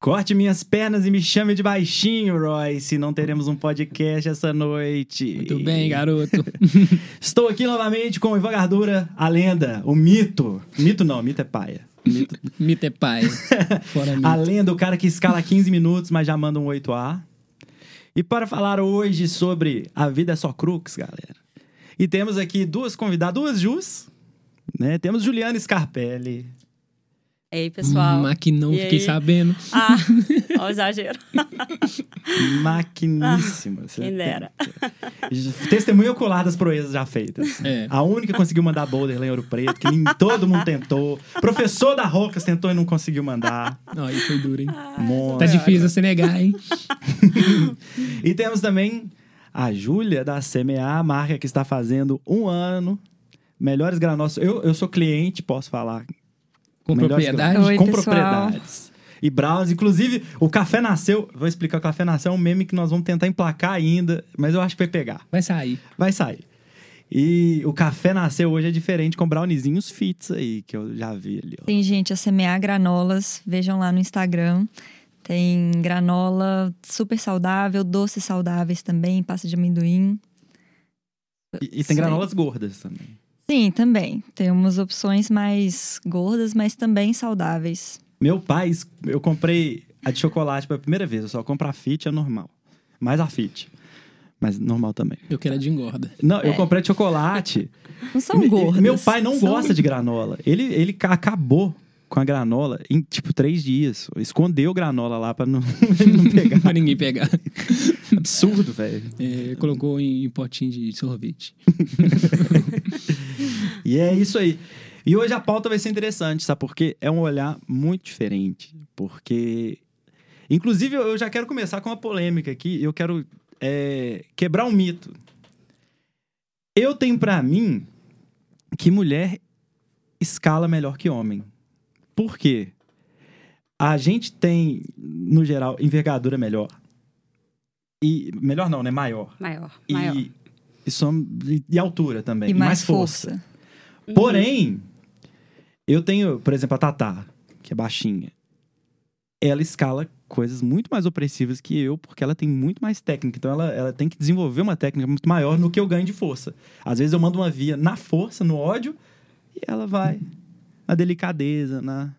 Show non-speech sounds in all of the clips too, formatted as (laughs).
Corte minhas pernas e me chame de baixinho, Roy, se não teremos um podcast essa noite. Muito bem, (laughs) garoto. Estou aqui novamente com o Ivan Gardura, a lenda, o mito. Mito não, mito é paia. Mito, mito é paia. (laughs) Fora mito. A lenda, o cara que escala 15 minutos, mas já manda um 8A. E para falar hoje sobre A Vida é Só Crux, galera. E temos aqui duas convidadas, duas Jus, né? Temos Juliana Scarpelli. (laughs) Ei, Hum, pessoal. Mas que Hum, não E fiquei aí? sabendo. Ah, (laughs) ó, o exagero. Maquiníssima. Ah, você Quem tem- dera. Testemunha ocular das proezas já feitas. É. A única que conseguiu mandar boulder lá em Ouro Preto, que nem todo mundo tentou. Professor da Rocas tentou e não conseguiu mandar. Não, aí foi duro, hein? Ah, Monstro. Tá difícil você negar, hein? E temos também a Júlia da CMA, marca que está fazendo um ano. Melhores granolas. Eu, eu sou cliente, posso falar. Com Melhores propriedade. granolas. Oi, Com pessoal. propriedades. E Browns, inclusive, o Café Nasceu. Vou explicar, o Café Nasceu é um meme que nós vamos tentar emplacar ainda, mas eu acho que vai pegar. Vai sair. Vai sair. E o Café Nasceu hoje é diferente com brownizinhos fits aí, que eu já vi ali, ó. Tem gente a semear granolas, vejam lá no Instagram. Tem granola super saudável, doces saudáveis também, pasta de amendoim. E, e Sei. tem granolas gordas também. Sim, também. Temos opções mais gordas, mas também saudáveis. Meu pai, es- eu comprei a de chocolate pela primeira vez. Eu só compro a fit, é normal. Mais a fit. Mas normal também. Eu quero a de engorda. (laughs) Não, eu É. comprei a de chocolate. Não (laughs) são Me- e- gordas. Meu pai não são- gosta de granola. Ele, ele ca- acabou com a granola em, tipo, três dias. Escondeu granola lá pra não, (laughs) não pegar. pra ninguém pegar. Absurdo, velho. É, colocou em potinho de sorvete. E é isso aí. E hoje a pauta vai ser interessante, sabe? Porque é um olhar muito diferente. Porque. Inclusive, eu já quero começar com uma polêmica aqui. Eu quero é, quebrar um mito. Eu tenho pra mim que mulher escala melhor que homem. Por quê? A gente tem, no geral, envergadura melhor. E. Melhor não, né? Maior. Maior, E, maior. e, som- e- e altura também. E mais, força. Uhum. Porém, eu tenho, por exemplo, a Tatá, que é baixinha. Ela escala coisas muito mais opressivas que eu, porque ela tem muito mais técnica. Então, ela, ela tem que desenvolver uma técnica muito maior no que eu ganho de força. Às vezes, eu mando uma via na força, no ódio, e ela vai na delicadeza, na.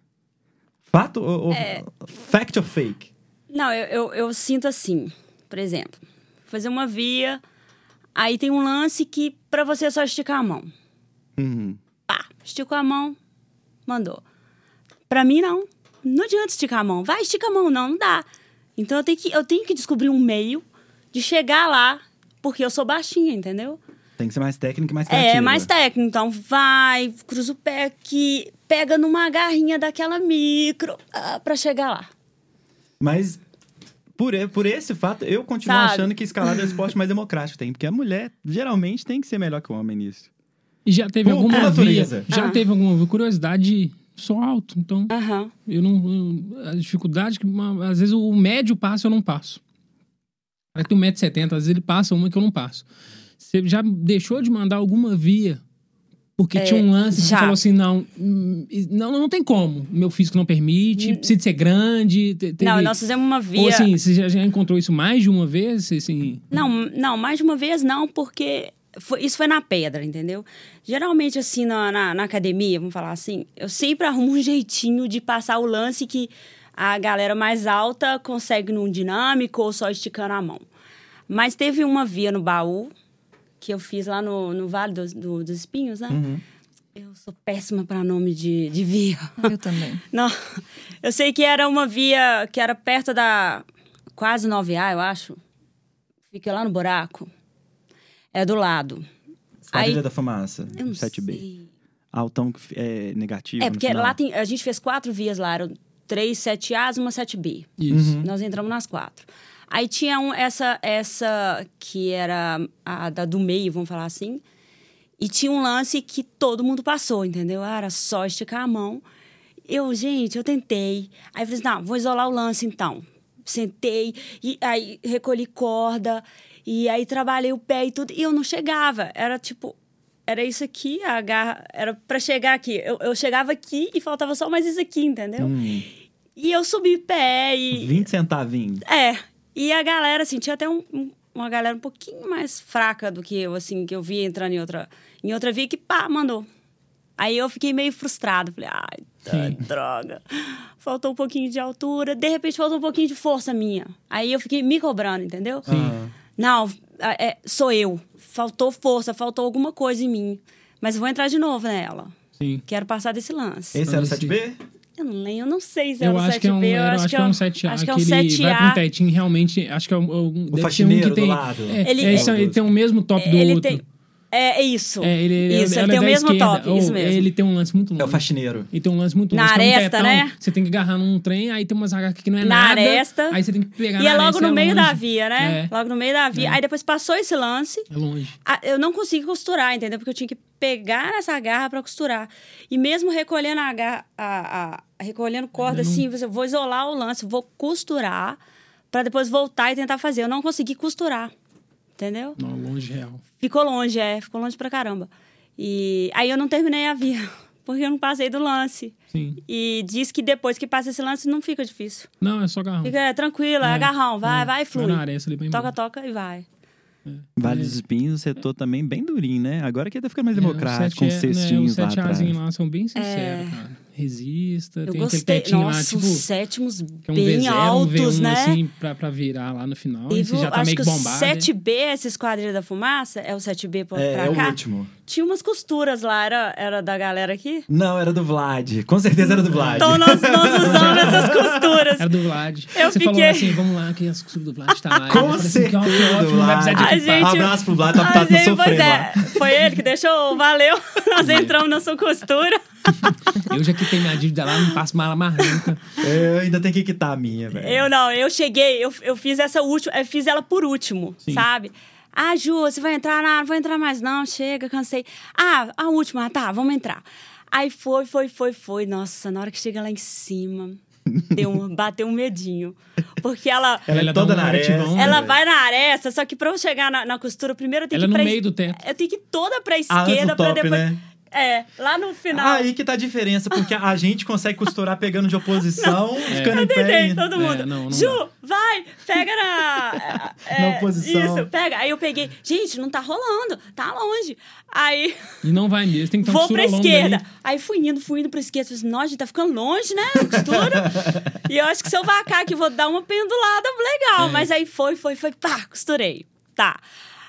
Fato ou. ou- É. Fact or fake? Não, eu, eu, eu sinto assim, por exemplo, fazer uma via, aí tem um lance que pra você é só esticar a mão. Uhum. Pá, esticou a mão, mandou. Pra mim, não. Não adianta esticar a mão. Vai, estica a mão, não, não dá. Então eu tenho que, eu tenho que descobrir um meio de chegar lá, porque eu sou baixinha, entendeu? Tem que ser mais técnica e mais criativa. É, mais técnico. Então, vai, cruza o pé aqui, pega numa garrinha daquela micro ah, pra chegar lá. Mas por, e- por esse fato, eu continuo Sabe? achando que escalada é o esporte mais democrático que tem. Porque a mulher geralmente tem que ser melhor que o homem nisso. E já teve Por- por alguma via. natureza. Já Ah. teve alguma curiosidade. Sou alto, então Aham. eu não. eu- a dificuldade que. uma- às vezes o médio passa, eu não passo. O Cara que tem 1,70m, às vezes ele passa uma que eu não passo. Você já deixou de mandar alguma via? Porque tinha um lance que você É, já. falou assim: não, hum, não, não tem como. Meu físico não permite, precisa ser grande. te- teve- Hum. Não, nós fizemos uma via. Ou assim, você já, já encontrou isso mais de uma vez? Assim, Não, não, mais de uma vez não, porque foi- isso foi na pedra, entendeu? Geralmente, assim, na, na- na academia, vamos falar assim, eu sempre arrumo um jeitinho de passar o lance que a galera mais alta consegue num dinâmico ou só esticando a mão. Mas teve uma via no baú, que eu fiz lá no, no Vale dos, do- dos Espinhos, né? Uhum. Eu sou péssima para nome de, de via. Eu (laughs) também. Não, eu sei que era uma via que era perto da quase 9A, eu acho. Fica lá no buraco. É do lado. Aí, Aí- da Fumaça, Eu não 7B. sei. Altão que é negativo. É, no porque final. lá tem, a gente fez quatro vias lá, eram três 7As e uma 7B. isso. Uhum. Nós entramos nas quatro. Aí tinha um, essa, essa que era a da do meio, vamos falar assim. E tinha um lance que todo mundo passou, entendeu? Ah, Era só esticar a mão. Eu, gente, eu tentei. Aí eu falei, assim, não, vou isolar o lance então. Sentei, e aí recolhi corda, e aí trabalhei o pé e tudo. E eu não chegava. Era tipo, era isso aqui, a Hum. Um garra, era pra chegar aqui. Eu, eu chegava aqui e faltava só mais isso aqui, entendeu? E eu subi pé e. 20 centavinhos. É. E a galera, assim, tinha até um- um- uma galera um pouquinho mais fraca do que eu, assim, que eu vi entrando em outra, em outra via, que pá, mandou. Aí eu fiquei meio frustrado. Falei, ai, tá, Sim. droga. Faltou um pouquinho de altura. De repente, faltou um pouquinho de força minha. Aí eu fiquei me cobrando, entendeu? Ah. Não, a- é, sou eu. Faltou força, faltou alguma coisa em mim. Mas eu vou entrar de novo nela. Sim. Quero passar desse lance. Esse era o Esse- 7B? Eu não lembro, eu não sei se é Eu um acho 7B. que é um, eu era- acho que é um 7A. Acho que é um que ele vai pra um 7A. tetinho realmente. Acho que é um. um deve ser faxineiro um do que tem, lado. É, Ele- é, esse- ele tem o mesmo top do ele outro. tem. É é isso. É, ele, isso, ela ele é tem o da mesmo esquerda, top. ou isso mesmo. Ele tem um lance muito longo. É o faxineiro. Ele tem um lance muito longo. que Na é um aresta, tetão, né? Você tem que agarrar num trem, aí tem umas agarras que não é Na nada. aresta. Aí você tem que pegar E na é logo aresta, no meio longe. da via, né? um É, Logo no meio da via. É. Aí depois passou esse lance. é longe. a- Eu não consegui costurar, entendeu? Porque eu tinha que pegar essa garra pra costurar. E mesmo recolhendo a garra, a, a- a- recolhendo corda, Não- assim, você vou isolar o lance, vou costurar pra depois voltar e tentar fazer. Eu não consegui costurar, entendeu? Não, longe real. Ficou longe, é, ficou longe pra caramba. E aí eu não terminei a via, (laughs) porque eu não passei do lance. Sim. E diz que depois que passa esse lance não fica difícil. Não, é só agarrão. Fica tranquila, É, agarrão, vai, é. vai, flui. na aresta ali pra ir Toca, embora. toca e vai. Vale É. dos Espinhos, setor também bem durinho, né? Agora que tá ficando mais É, o democrático, com sete é- né, um cestinhos os lá sete atrás. azinhos lá são bem sinceros, cara. Resista, É. Eu tem aquele gostei. tetinho Nossa, lá, tipo... os sétimos que é um bem V0, altos, um V1, né? assim, pra, pra virar lá no final. E E você viu, já tá acho meio que que bombado. o né? 7B, esse Esquadrilha da Fumaça, é o 7B pra, É, pra é o cá. último. Tinha umas costuras lá, era, era da galera aqui. Não, era do Vlad. Com certeza era do Vlad. Então nós, nós usamos (laughs) essas costuras. Era do Vlad. Eu você fiquei- falou assim, vamos lá, que as costuras do Vlad tá (laughs) lá. Com Eu falei assim, que ótimo, certeza, ótimo, não vai precisar tá de Vlad. A equipar. gente- Um abraço pro Vlad, tá, tá, Mas ele- pois sofrendo é, lá. foi ele que deixou, valeu. (laughs) Nós entramos na sua costura. Eu já quitei minha dívida lá, não passo mala mais nunca. Eu ainda tenho que quitar a minha, velho. Eu não, eu cheguei, eu, eu fiz essa última, eu fiz ela por último, sabe? Ah, Ju, você vai entrar? Não, não vou entrar mais não, chega, cansei. Ah, a última, ah, tá, vamos entrar. Aí foi, foi, foi, foi. Nossa, na hora que chega lá (laughs) em cima, deu um, bateu um medinho. Porque ela, Ela, é Ela dá toda um na aresta. ativão, né, ela velho. é vai na aresta, só que pra eu chegar na, na costura, primeiro eu tenho Ela que ir no pra meio es- do teto. Eu tenho que ir toda pra Ah, antes do esquerda pra top, depois. né? É, lá no final. Aí que tá a diferença, porque a gente consegue costurar pegando de oposição, ficando em pé. Tentei, ainda. Tá todo mundo. É, não, não Ju, dá. vai, pega (laughs) na. é, Na oposição. Isso, pega. Aí eu peguei. Gente, não tá rolando, tá longe. Aí E não vai mesmo, tem Então, que ter uma vou costura pra longa esquerda. ali. Aí fui indo, fui indo pra esquerda. Falei, assim, nossa, a gente tá ficando longe, né? (laughs) a Costura. e eu acho que se eu vacar aqui, vou dar uma pendulada É. legal. Mas aí foi, foi, foi, pá, costurei. Tá.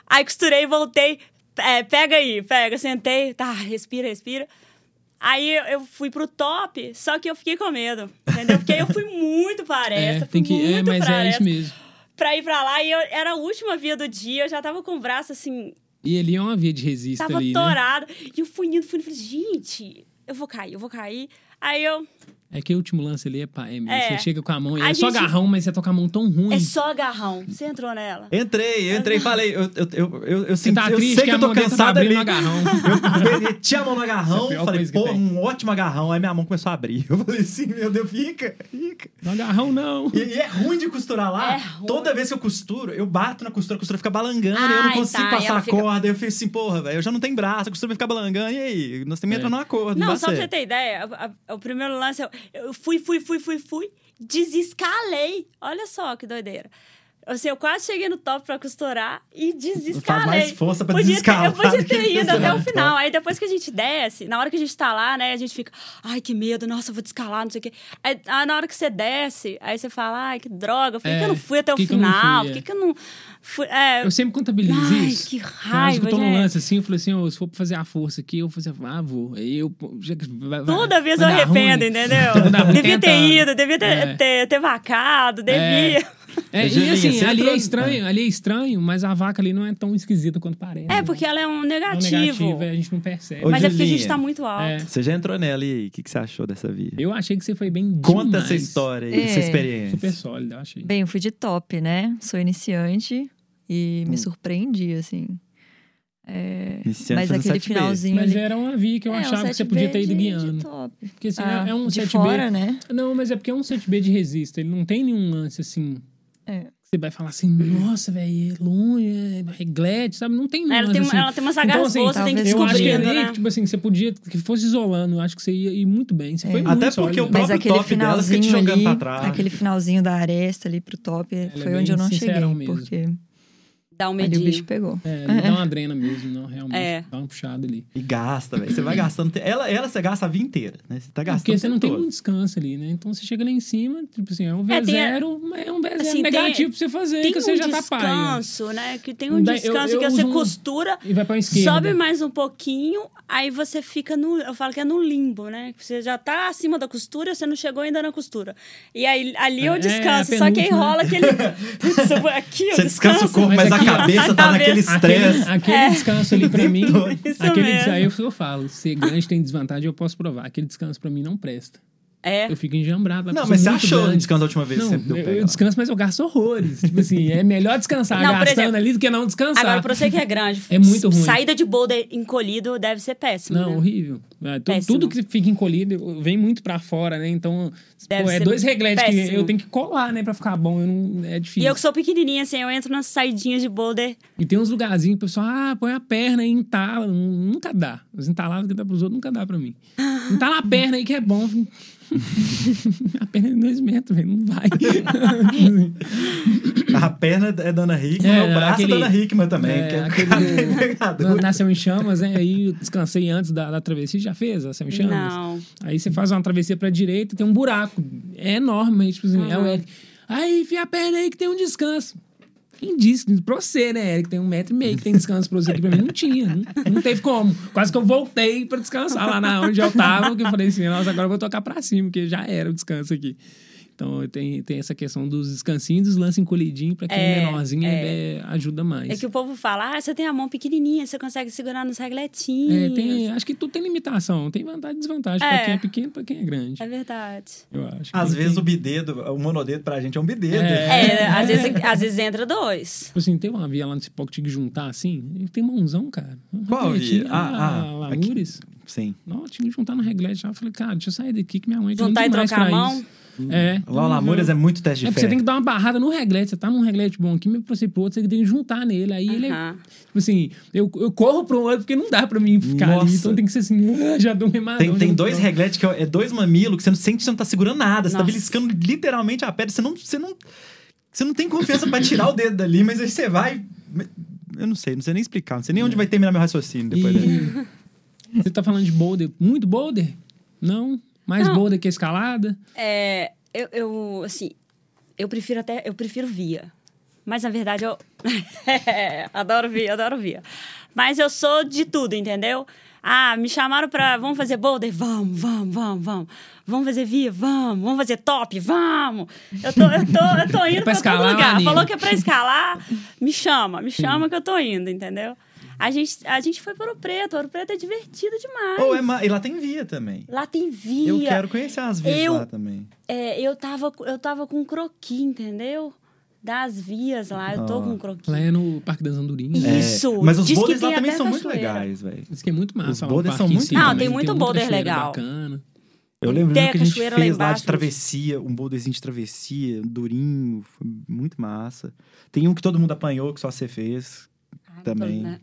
Aí costurei, voltei. É, pega aí, pega, sentei, tá, respira, respira. Aí eu- eu fui pro top, só que eu fiquei com medo, entendeu? Porque eu fui muito pra aresta, É, tem fui que... muito É, mas pra é isso aresta, mesmo. pra ir pra lá. E eu, era a última via do dia, eu já tava com o braço assim, E ali é uma via de resista tava ali, né? torada. E eu fui indo, fui indo, falei, gente, eu vou cair, eu vou cair. Aí eu, É que o último lance ali é pá, é mesmo. É. Você chega com a mão e A é só gente- agarrão, mas você toca a mão tão ruim. é só agarrão. Você entrou nela. Entrei, eu entrei, falei. Eu, eu, eu, eu, eu, Você senti- tá eu triste sei que que a eu tô mão dele tá cansado abrindo ali. no agarrão. Eu meti a mão no agarrão, Essa é a pior falei, coisa que pô, tem. um ótimo agarrão. Aí minha mão começou a abrir. Eu falei assim, meu Deus, fica, fica. Não é agarrão, não. E, e é ruim de costurar lá. É ruim. Toda vez que eu costuro, eu bato na costura, a costura fica balangando, eu não Ai, consigo tá, passar ela a fica- corda. Eu fico assim, porra, velho, eu já não tenho braço, a costura vai ficar balangando. E aí? Nós temos É. que entrar num acordo. Não, vai só pra ser. você ter ideia, a- a- o primeiro lance, eu, eu fui, fui, fui, fui, fui, desescalei. Olha só que doideira. Assim, eu quase cheguei no top pra costurar e desescalei. Faz mais força pra podia ter, desescalar Eu podia do que ter ido costurar. até o final. Aí depois que a gente desce, na hora que a gente tá lá, né, a gente fica, ai, que medo, nossa, eu vou descalar, não sei o quê. Aí, aí na hora que você desce, aí você fala, ai, que droga, por que, É, que eu não fui até o por que que eu não final? fui, Por é. que, que eu não fui? É, Eu sempre contabilizo Ai, isso. que Tem horas que raiva, eu tô num gente. lance assim, eu falei assim, ó, se for pra fazer a força aqui, eu vou fazer, ah, vou. Aí eu, pô, já que vai- vai- Toda vez eu vai dar ruim, arrependo, né? entendeu? (laughs) Vai dar ruim, devia ter tenta. ido, devia ter, É. ter, ter vacado, devia. É. É, e Julinha, assim, você ali entrou- é estranho, ali é estranho, mas a vaca ali não é tão esquisita quanto parece. É, porque ela é um é um negativo. negativo, a gente não percebe. Ô, Mas é porque a gente Julinha. tá muito alto. Você já entrou nela e aí? O que, que você achou dessa via? Eu achei que você foi bem Conta demais. essa história aí, É. essa Super experiência. sólida, eu achei. Bem, eu fui de top, né? Sou iniciante e Hum. me surpreendi, assim. É, Iniciante Mas fazendo aquele 7B. finalzinho Mas ali... era uma via que eu É, um achava que você 7B podia ter de- ido de guiando. top. Porque assim, Ah, é, é um de 7B. fora, né? Não, mas é porque é um 7B de resista. Ele não tem nenhum lance assim É. Você vai falar assim, nossa, velho, é longe, é reglete, sabe? Não tem Ela nome, tem, assim. ela tem umas agarras assim, boas, você tem que talvez Eu acho que descobrir, tá descobrindo, ali, né? tipo assim, você podia, que fosse isolando, eu acho que você ia ir muito bem. Você É. foi Até muito porque sólida. o Mas próprio aquele top dela, você fica te finalzinho jogando ali, pra trás. aquele finalzinho da aresta ali pro top, é foi bem onde eu não cheguei, sincerão mesmo. porque Dá um ali o medinho. bicho pegou. É, ele (laughs) dá uma drena mesmo, não, realmente. É. Dá uma puxada ali. E gasta, velho. Você vai gastando. te- Ela, ela você gasta a vida inteira, né? Você tá gastando. É, Porque você o não tem tempo muito todo. descanso ali, né? Então você chega lá em cima, tipo assim, é um É, V0, tem a- é, um V0 assim, tem- negativo pra você fazer, Tem que você um já tá paio. descanso, né? Que tem um Daí, eu- descanso eu que você uso um- costura, E vai pra esquerda. sobe mais um pouquinho, aí você fica no. Eu falo que é no limbo, né? Você já tá acima da costura, você não chegou ainda na costura. E aí ali É, né? eu descanso. só que aí penúltima. rola (laughs) aquele. Putz, eu vou aqui eu Você descansa o descanso. corpo, Mas mas a aqui- (laughs) cabeça tá a naquele cabeça. estresse. Aquele, é aquele É. descanso ali (laughs) pra mim. Isso aquele, mesmo. aí eu, eu falo, se grande tem desvantagem, eu posso provar. Aquele descanso pra mim não presta. É. Eu fico enjambrado. lá, Não, porque mas você sou muito achou o grande. descanso da última vez que você Não, deu eu, pega eu lá. descanso, mas eu gasto horrores. tipo assim, é melhor descansar Não, por gastando exemplo, ali do que não descansar. Agora, pra você que é grande, É muito ruim. saída de boulder encolhido deve ser péssimo. Não, né? horrível. É, tu- Péssimo. tudo que fica encolhido eu- vem muito pra fora, né? Então, Deve pô, é ser dois regletes que péssimo. eu tenho que colar, né? Pra ficar bom. Eu não, é E difícil. eu que sou pequenininha, assim, eu entro nas saidinhas de boulder. E tem uns lugarzinhos que o pessoal, ah, põe a perna e entala. Nun- Nunca dá. Os entalados que dá pros outros nunca dá pra (laughs) mim. Entala a perna aí que é bom. (laughs) a perna é de dois metros, velho. Não (laughs) vai. (laughs) A perna é Dana Hickman, É, o braço aquele- é Dana Hickman também. É, que é aquele- aquele... pegador. Nasceu em chamas, né? Aí eu descansei antes da, da travessia. Já fez? Nasceu em chamas? Não. Aí você faz uma travessia pra direita, tem um buraco. É enorme. aí, Tipo assim, Uhum. é o Eric. Aí, enfia a perna aí que tem um descanso. Quem disse? Pra você, né, Eric? Tem um metro e meio que tem descanso pra você aqui. Pra mim não tinha. Não, não teve como. Quase que eu voltei pra descansar lá na onde eu tava. Que eu falei assim, nossa, agora eu vou tocar pra cima, porque já era o descanso aqui. Então tem, tem essa questão dos descansinhos, dos lances encolhidinhos. Pra quem é, É, menorzinho, é, ajuda mais. É que o povo fala, ah, você tem a mão pequenininha, você consegue segurar nos É, regletinhos. tem, acho que tudo tem limitação. Tem vantagem e desvantagem. Pra É. quem é pequeno e pra quem é grande. É verdade. Eu acho. Às Tem- vezes tem- o bidedo, o monodedo pra gente é um bidedo. É. É, às vezes, às vezes entra dois. Tipo assim, tem uma via lá no Cipó que tinha que juntar assim. E tem mãozão, cara. Um Qual regletinho, via? Ah, a ah, Lamures. Sim. Não, tinha que juntar no reglete. lá. Eu falei, cara, deixa eu sair daqui que minha mãe é grande Juntar e demais trocar a pra mão? isso. É. Lola Muras é muito teste É de porque você fé. tem que dar uma barrada no reglete. Você tá num reglete bom aqui, mas pra você ir pro outro, você tem que juntar nele. Aí ele é. Aham. Tipo assim, eu, eu corro pro outro porque não dá pra mim ficar ali. Nossa. Então tem que ser assim, ah, já dou um remadão. Tem, já tem dou- dois regletes que é é dois mamilos que você não sente que você não tá segurando nada. Você tá Nossa. beliscando literalmente a pedra. Você não, você não, você não tem confiança pra tirar o dedo dali, mas aí você vai. Eu não sei, não sei nem explicar. Não sei É. nem onde vai terminar meu raciocínio depois dele. (laughs) E... Você tá falando de boulder. Muito boulder? Não. Mais Não. boulder que escalada? É, eu, eu, assim, eu prefiro até, eu prefiro via. Mas, na verdade, eu... (laughs) adoro via, adoro via. Mas eu sou de tudo, entendeu? Ah, me chamaram pra... Vamos fazer boulder? Vamos, vamos, vamos, vamos. Vamos fazer via? Vamos. Vamos fazer top? Vamos. Eu tô, eu tô, (laughs) eu tô indo pra, É escalar, todo lugar. Aline. Falou que é pra escalar, (laughs) me chama. Me chama que eu tô indo, entendeu? A gente, a gente foi para Ouro Preto. Ouro Preto é divertido demais. Ou é ma- E lá tem via também. Lá tem via. Eu quero conhecer as vias Eu- lá também. É, eu tava, eu tava com croqui, entendeu? Das vias lá, eu tô Ah. com croqui. Lá é no Parque das Andorinhas. É, Isso, mas os diz que boulders lá tem também até são muito cachoeira. legais, velho. Isso que é muito massa. Os lá, o boulders parque são em muito- si Não, também, tem muito muita boulder cachoeira legal. Bacana. Eu lembro Tem de um a que a gente cachoeira lá fez lá, de embaixo. travessia, um boulderzinho de travessia, um durinho, foi muito massa. Tem um que todo mundo apanhou, que só você fez. Ah, também. né?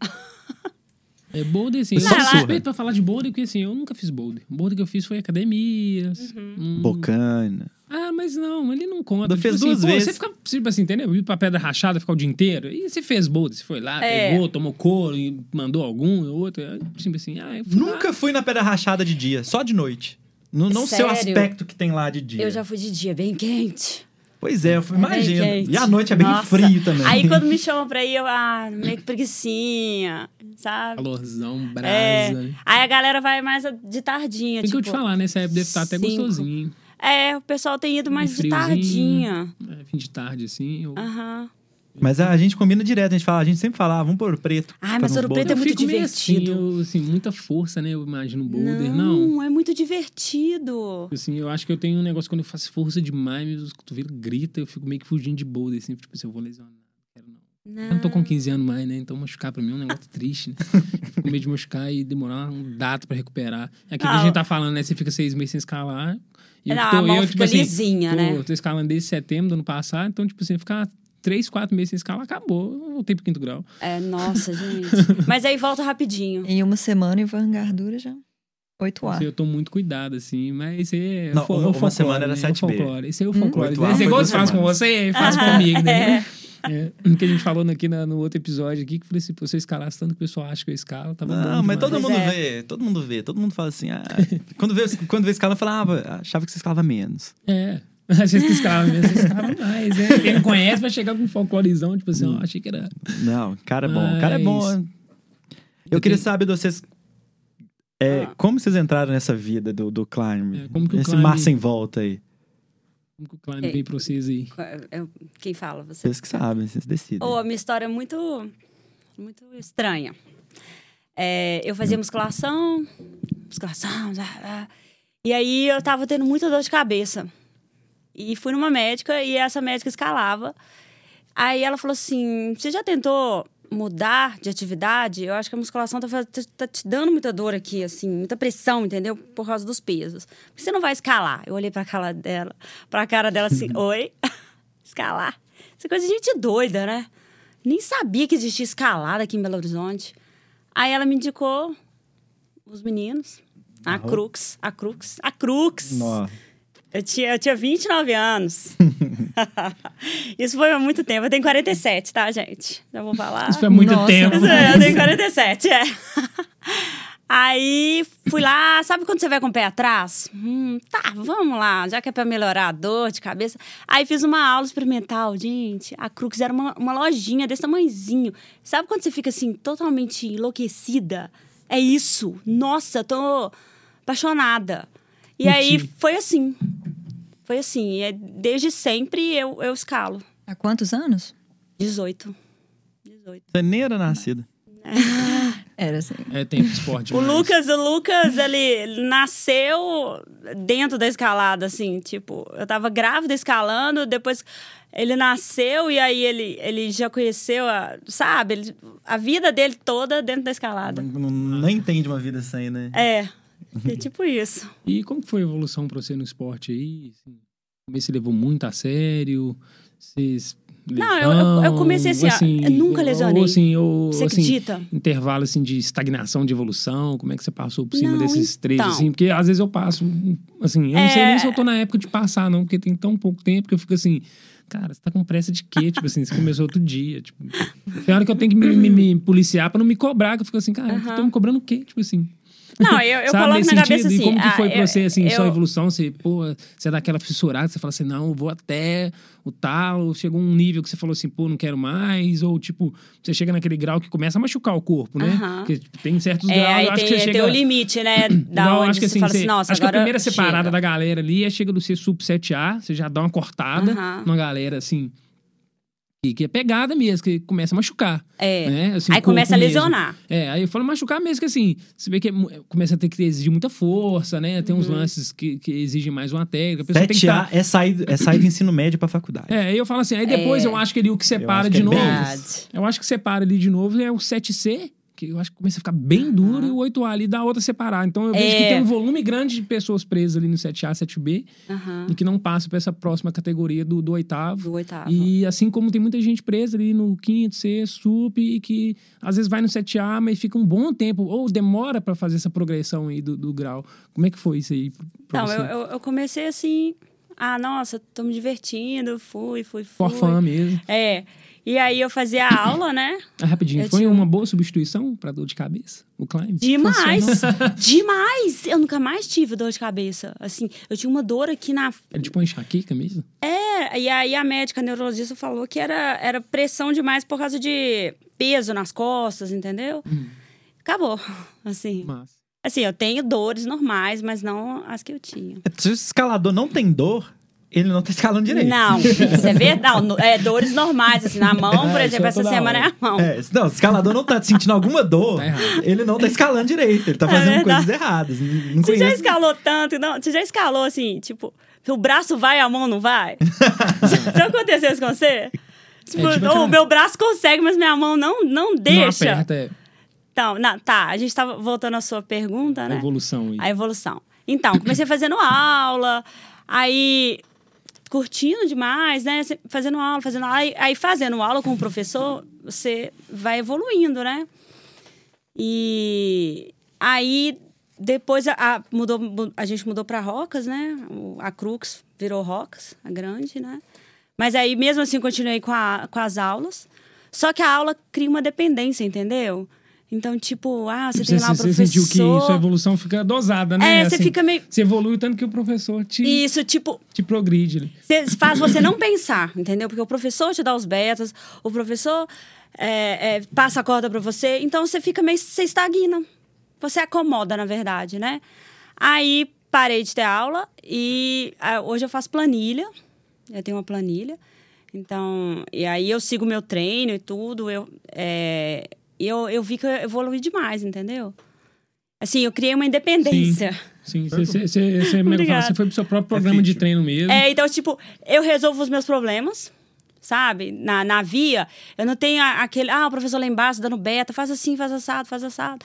É boulder, assim. Eu Eu sou sou surra. suspeito pra falar de boulder, porque assim, eu nunca fiz boulder. O boulder que eu fiz foi academias. Uhum. hum. Bocana. Ah, mas não, ele não conta. Eu fiz assim, duas pô, vezes. Você fica, tipo assim, entendeu? Ir pra pedra rachada, ficar o dia inteiro. E você fez boulder, você foi lá, É. pegou, tomou couro, e mandou algum, outro. é, Tipo assim, ah, eu fui lá. Nunca fui na Pedra Rachada de dia, só de noite. No, não sei o Sério? aspecto que tem lá de dia. Eu já fui de dia, bem quente. Pois é, eu fui, imagina. Bem quente. E à noite é bem Nossa. frio também. Aí quando me chamam pra ir, eu, ah, meio que preguicinha, sabe? Calorzão, brasa. É, Tem aí a galera vai mais de tardinha, que tipo... eu te falar, nessa época deve estar até cinco. gostosinho. hein? É, o pessoal tem ido mais Um de friozinho. tardinha. É, fim de tarde, assim. Eu... Aham. (laughs) Mas a gente combina direto, a gente fala, a gente sempre fala, ah, vamos pôr preto. Pra Ai, mas não Ouro Preto boulder. é muito meio assim, divertido. eu, assim, muita força, né? Eu imagino o boulder. não. é muito divertido. Assim, eu acho que eu tenho um negócio quando eu faço força demais, meus cotovelos gritam, eu fico meio que fugindo de boulder, assim, tipo, se eu vou assim, lesionar, não quero não. Eu não tô com 15 anos mais, né? Então machucar pra mim é um negócio triste, né? (laughs) Fico com medo de machucar e demorar um data pra recuperar. É aquilo que a Não. gente tá falando, né? Você fica seis meses sem escalar. E eu Não, que tô- a mão eu, tipo assim, fica lisinha, tô, né? Eu tô escalando desde setembro do ano passado, então, tipo assim, ficar três, quatro meses sem escalar, acabou. Eu voltei pro quinto grau. É, nossa, gente. Mas aí volta rapidinho. Em uma semana eu vou hangar dura já. Oito Assim, horas. eu tô muito cuidado, assim, mas isso aí é. Não, fo- uma- é o uma folclore, semana era né? É o 7B. folclore. Hum? Esse é o folclore. Oito A né? Esse foi é igual duas você faz com semanas. você, faz comigo, né? (laughs) É, o que a gente falou aqui na- no outro episódio aqui, que eu falei assim, pô, se eu escalasse tanto que o pessoal acha que eu escalo, tava Não, bom mas demais. todo Pois mundo é. vê, todo mundo vê, todo mundo fala assim. ah, (laughs) quando vê, quando vê escala, falava, ah, achava que você escalava menos. É. (laughs) Às vezes que escala mesmo, vocês escalam mais, né? Quem não conhece vai chegar com um folclorizão, tipo assim, Hum. ó, achei que era. Não, o cara é bom, o cara é bom. Mas- Eu, Eu queria tenho- saber de vocês. é, Ah. Como vocês entraram nessa vida do, do climb? É, como que o Esse climb- mar sem volta aí. Como que o Klein veio pra vocês aí? É, é, Quem fala? Você. Vocês que sabem, vocês decidem. Ou a minha história é muito, muito estranha. É, eu fazia musculação, musculação, (laughs) ah, ah. e aí eu tava tendo muita dor de cabeça. E fui numa médica e essa médica escalava. Aí ela falou assim: Você já tentou mudar de atividade? Eu acho que a musculação tá, faz- tá- tá te dando muita dor aqui, assim, muita pressão, entendeu? Por causa dos pesos. Por que você não vai escalar? Eu olhei pra cara dela, pra cara dela assim: Oi? (laughs) escalar? Isso é coisa de gente doida, né? Nem sabia que existia escalada aqui em Belo Horizonte. Aí ela me indicou os meninos, a Aham. Crux, a Crux, a Crux. Nó. Eu tinha, eu tinha 29 anos. (laughs) Isso foi há muito tempo. Eu tenho 47, tá, gente? Já vou falar. Isso foi há muito Nossa. tempo. Isso, é, eu tenho 47, é. (laughs) Aí fui lá, sabe quando você vai com o pé atrás? Hum, tá, vamos lá, já que é pra melhorar a dor de cabeça. Aí fiz uma aula experimental, gente. A Crux era uma, uma lojinha desse tamanhozinho. Sabe quando você fica assim, totalmente enlouquecida? É isso. Nossa, tô apaixonada. E aí Curti. foi assim. Foi assim. É, desde sempre eu, eu escalo. Há quantos anos? 18. 18. Você nem era nascida. Era assim. É tempo esporte. O mas- Lucas, o Lucas, ele ele nasceu dentro da escalada, assim, tipo, eu tava grávida escalando, depois ele nasceu e aí ele, ele já conheceu a, sabe, ele- a vida dele toda dentro da escalada. Não, não entende uma vida sem, né? É, é tipo (laughs) isso. E como que foi a evolução pra você no esporte aí? Assim, no começo você levou muito a sério? Vocês. Não, eu- eu- eu lesão, comecei assim, ó, eu nunca ou- lesionei. Ou assim, ou, Você assim, acredita? intervalo assim de estagnação de evolução, como é que você passou por cima Não, desses três então. assim? Porque às vezes eu passo, assim, eu não sei É. nem se eu tô na época de passar não, porque tem tão pouco tempo que eu fico assim, cara, você tá com pressa de quê? tipo assim, você começou outro dia, tipo. Tem hora que eu tenho que me, me- me policiar pra não me cobrar, que eu fico assim, cara, Aham. estão me cobrando o quê? Tipo assim. Não, eu, eu Sabe, coloco nesse na cabeça sentido? E assim. como que ah, foi pra eu- você, assim, sua eu- evolução? Você, pô, você dá aquela fissurada, você fala assim, não, eu vou até o talo. Chegou um nível que você falou assim, pô, não quero mais. Ou, tipo, você chega naquele grau que começa a machucar o corpo, né? Aham. Porque tipo, tem certos É, graus, aí eu acho tem, que você tem chega... o (coughs) limite, né? Da Igual, onde acho que você assim, fala assim, você- nossa, acho que a agora primeira separada chega. da galera ali é chega do ser sub 7A, você já dá uma cortada Aham. numa galera assim que, que é pegada mesmo, que começa a machucar. É. né? Assim, Aí o corpo começa a mesmo. lesionar. É, aí eu falo machucar mesmo, que assim, você vê que é mu- começa a ter que exigir muita força, né? Tem uns lances que, que exigem mais uma técnica. A pessoa tem que 7A tá... é sair, é sair do ensino médio pra faculdade. É, aí eu falo assim, aí depois eu acho que ali o que separa acho que de é bem novo. Verdade. Eu acho que separa ali de novo é o 7C, que eu acho que começa a ficar bem duro, e o 8A ali dá outra separar. Então eu vejo que É. tem um volume grande de pessoas presas ali no 7A, 7B, Aham. e que não passa pra essa próxima categoria do, do oitavo. Do oitavo. E assim como tem muita gente presa ali no quinto, sexto, sup, e que às vezes vai no 7A, mas fica um bom tempo, ou demora pra fazer essa progressão aí do, do grau. Como é que foi isso aí? Pra Então, você? eu, eu, eu comecei assim. Ah, nossa, tô me divertindo, fui, fui, fui. For fun mesmo. É. E aí eu fazia a (laughs) aula, né? Ah, rapidinho, Eu foi tinha um- uma boa substituição pra dor de cabeça? O climb? (laughs) Demais! Funcionou? Demais! Eu nunca mais tive dor de cabeça. Assim, eu tinha uma dor aqui na. É tipo uma enxaqueca mesmo? É, e aí a médica a neurologista falou que era, era pressão demais por causa de peso nas costas, entendeu? Hum. Acabou. (laughs) Assim. Mas... Assim, eu tenho dores normais, mas não as que eu tinha. Se o escalador não tem dor, ele não tá escalando direito. Não, isso é verdade. Não, é dores normais, assim, na (laughs) mão, por É, isso exemplo, é essa toda semana hora. é a mão. É, não, o escalador não tá sentindo alguma dor, Tá errado. ele não tá escalando direito, ele tá É fazendo verdade. coisas erradas. Não não Você já conheço. escalou tanto, não? Você já escalou assim, tipo, o braço vai, a mão não vai? já aconteceu isso com você? Tipo, É, tipo "Oh, aquela- o meu braço consegue, mas minha mão não, não deixa. Não aperta, é. Então, na- tá, a gente tava voltando à sua pergunta, a né? evolução aí. A evolução. Então, comecei fazendo aula, aí curtindo demais, né? Se- Fazendo aula, fazendo aula. Aí, aí fazendo aula com o professor, você vai evoluindo, né? E aí depois a, a- mudou, mu- a gente mudou para Rocas, né? O- A Crux virou Rocas, a grande, né? Mas aí mesmo assim continuei com, a- com as aulas. Só que a aula cria uma dependência, entendeu? Então, tipo, ah, você, tem lá o você professor. sentiu que sua evolução fica dosada, né? É, você Assim, fica meio. Você evolui tanto que o professor te, Isso, tipo, te progride. né? cê- faz você não pensar, entendeu? Porque o professor te dá os betas, o professor é, é, passa a corda pra você, então você fica meio. Você estagna. Você acomoda, na verdade, né? Aí parei de ter aula e ah, hoje eu faço planilha. Eu tenho uma planilha. Então, e aí eu sigo meu treino e tudo. Eu, é, eu, eu vi que eu evolui demais, entendeu? Assim, eu criei uma independência. Sim, você, você, você, você, como é que eu falo? Obrigada. Você foi pro seu próprio programa de fit. treino mesmo. É, então, tipo, eu resolvo os meus problemas, sabe? Na, na via, eu não tenho a- aquele, ah, o professor lá embaixo dando beta, faz assim, faz assado, faz assado.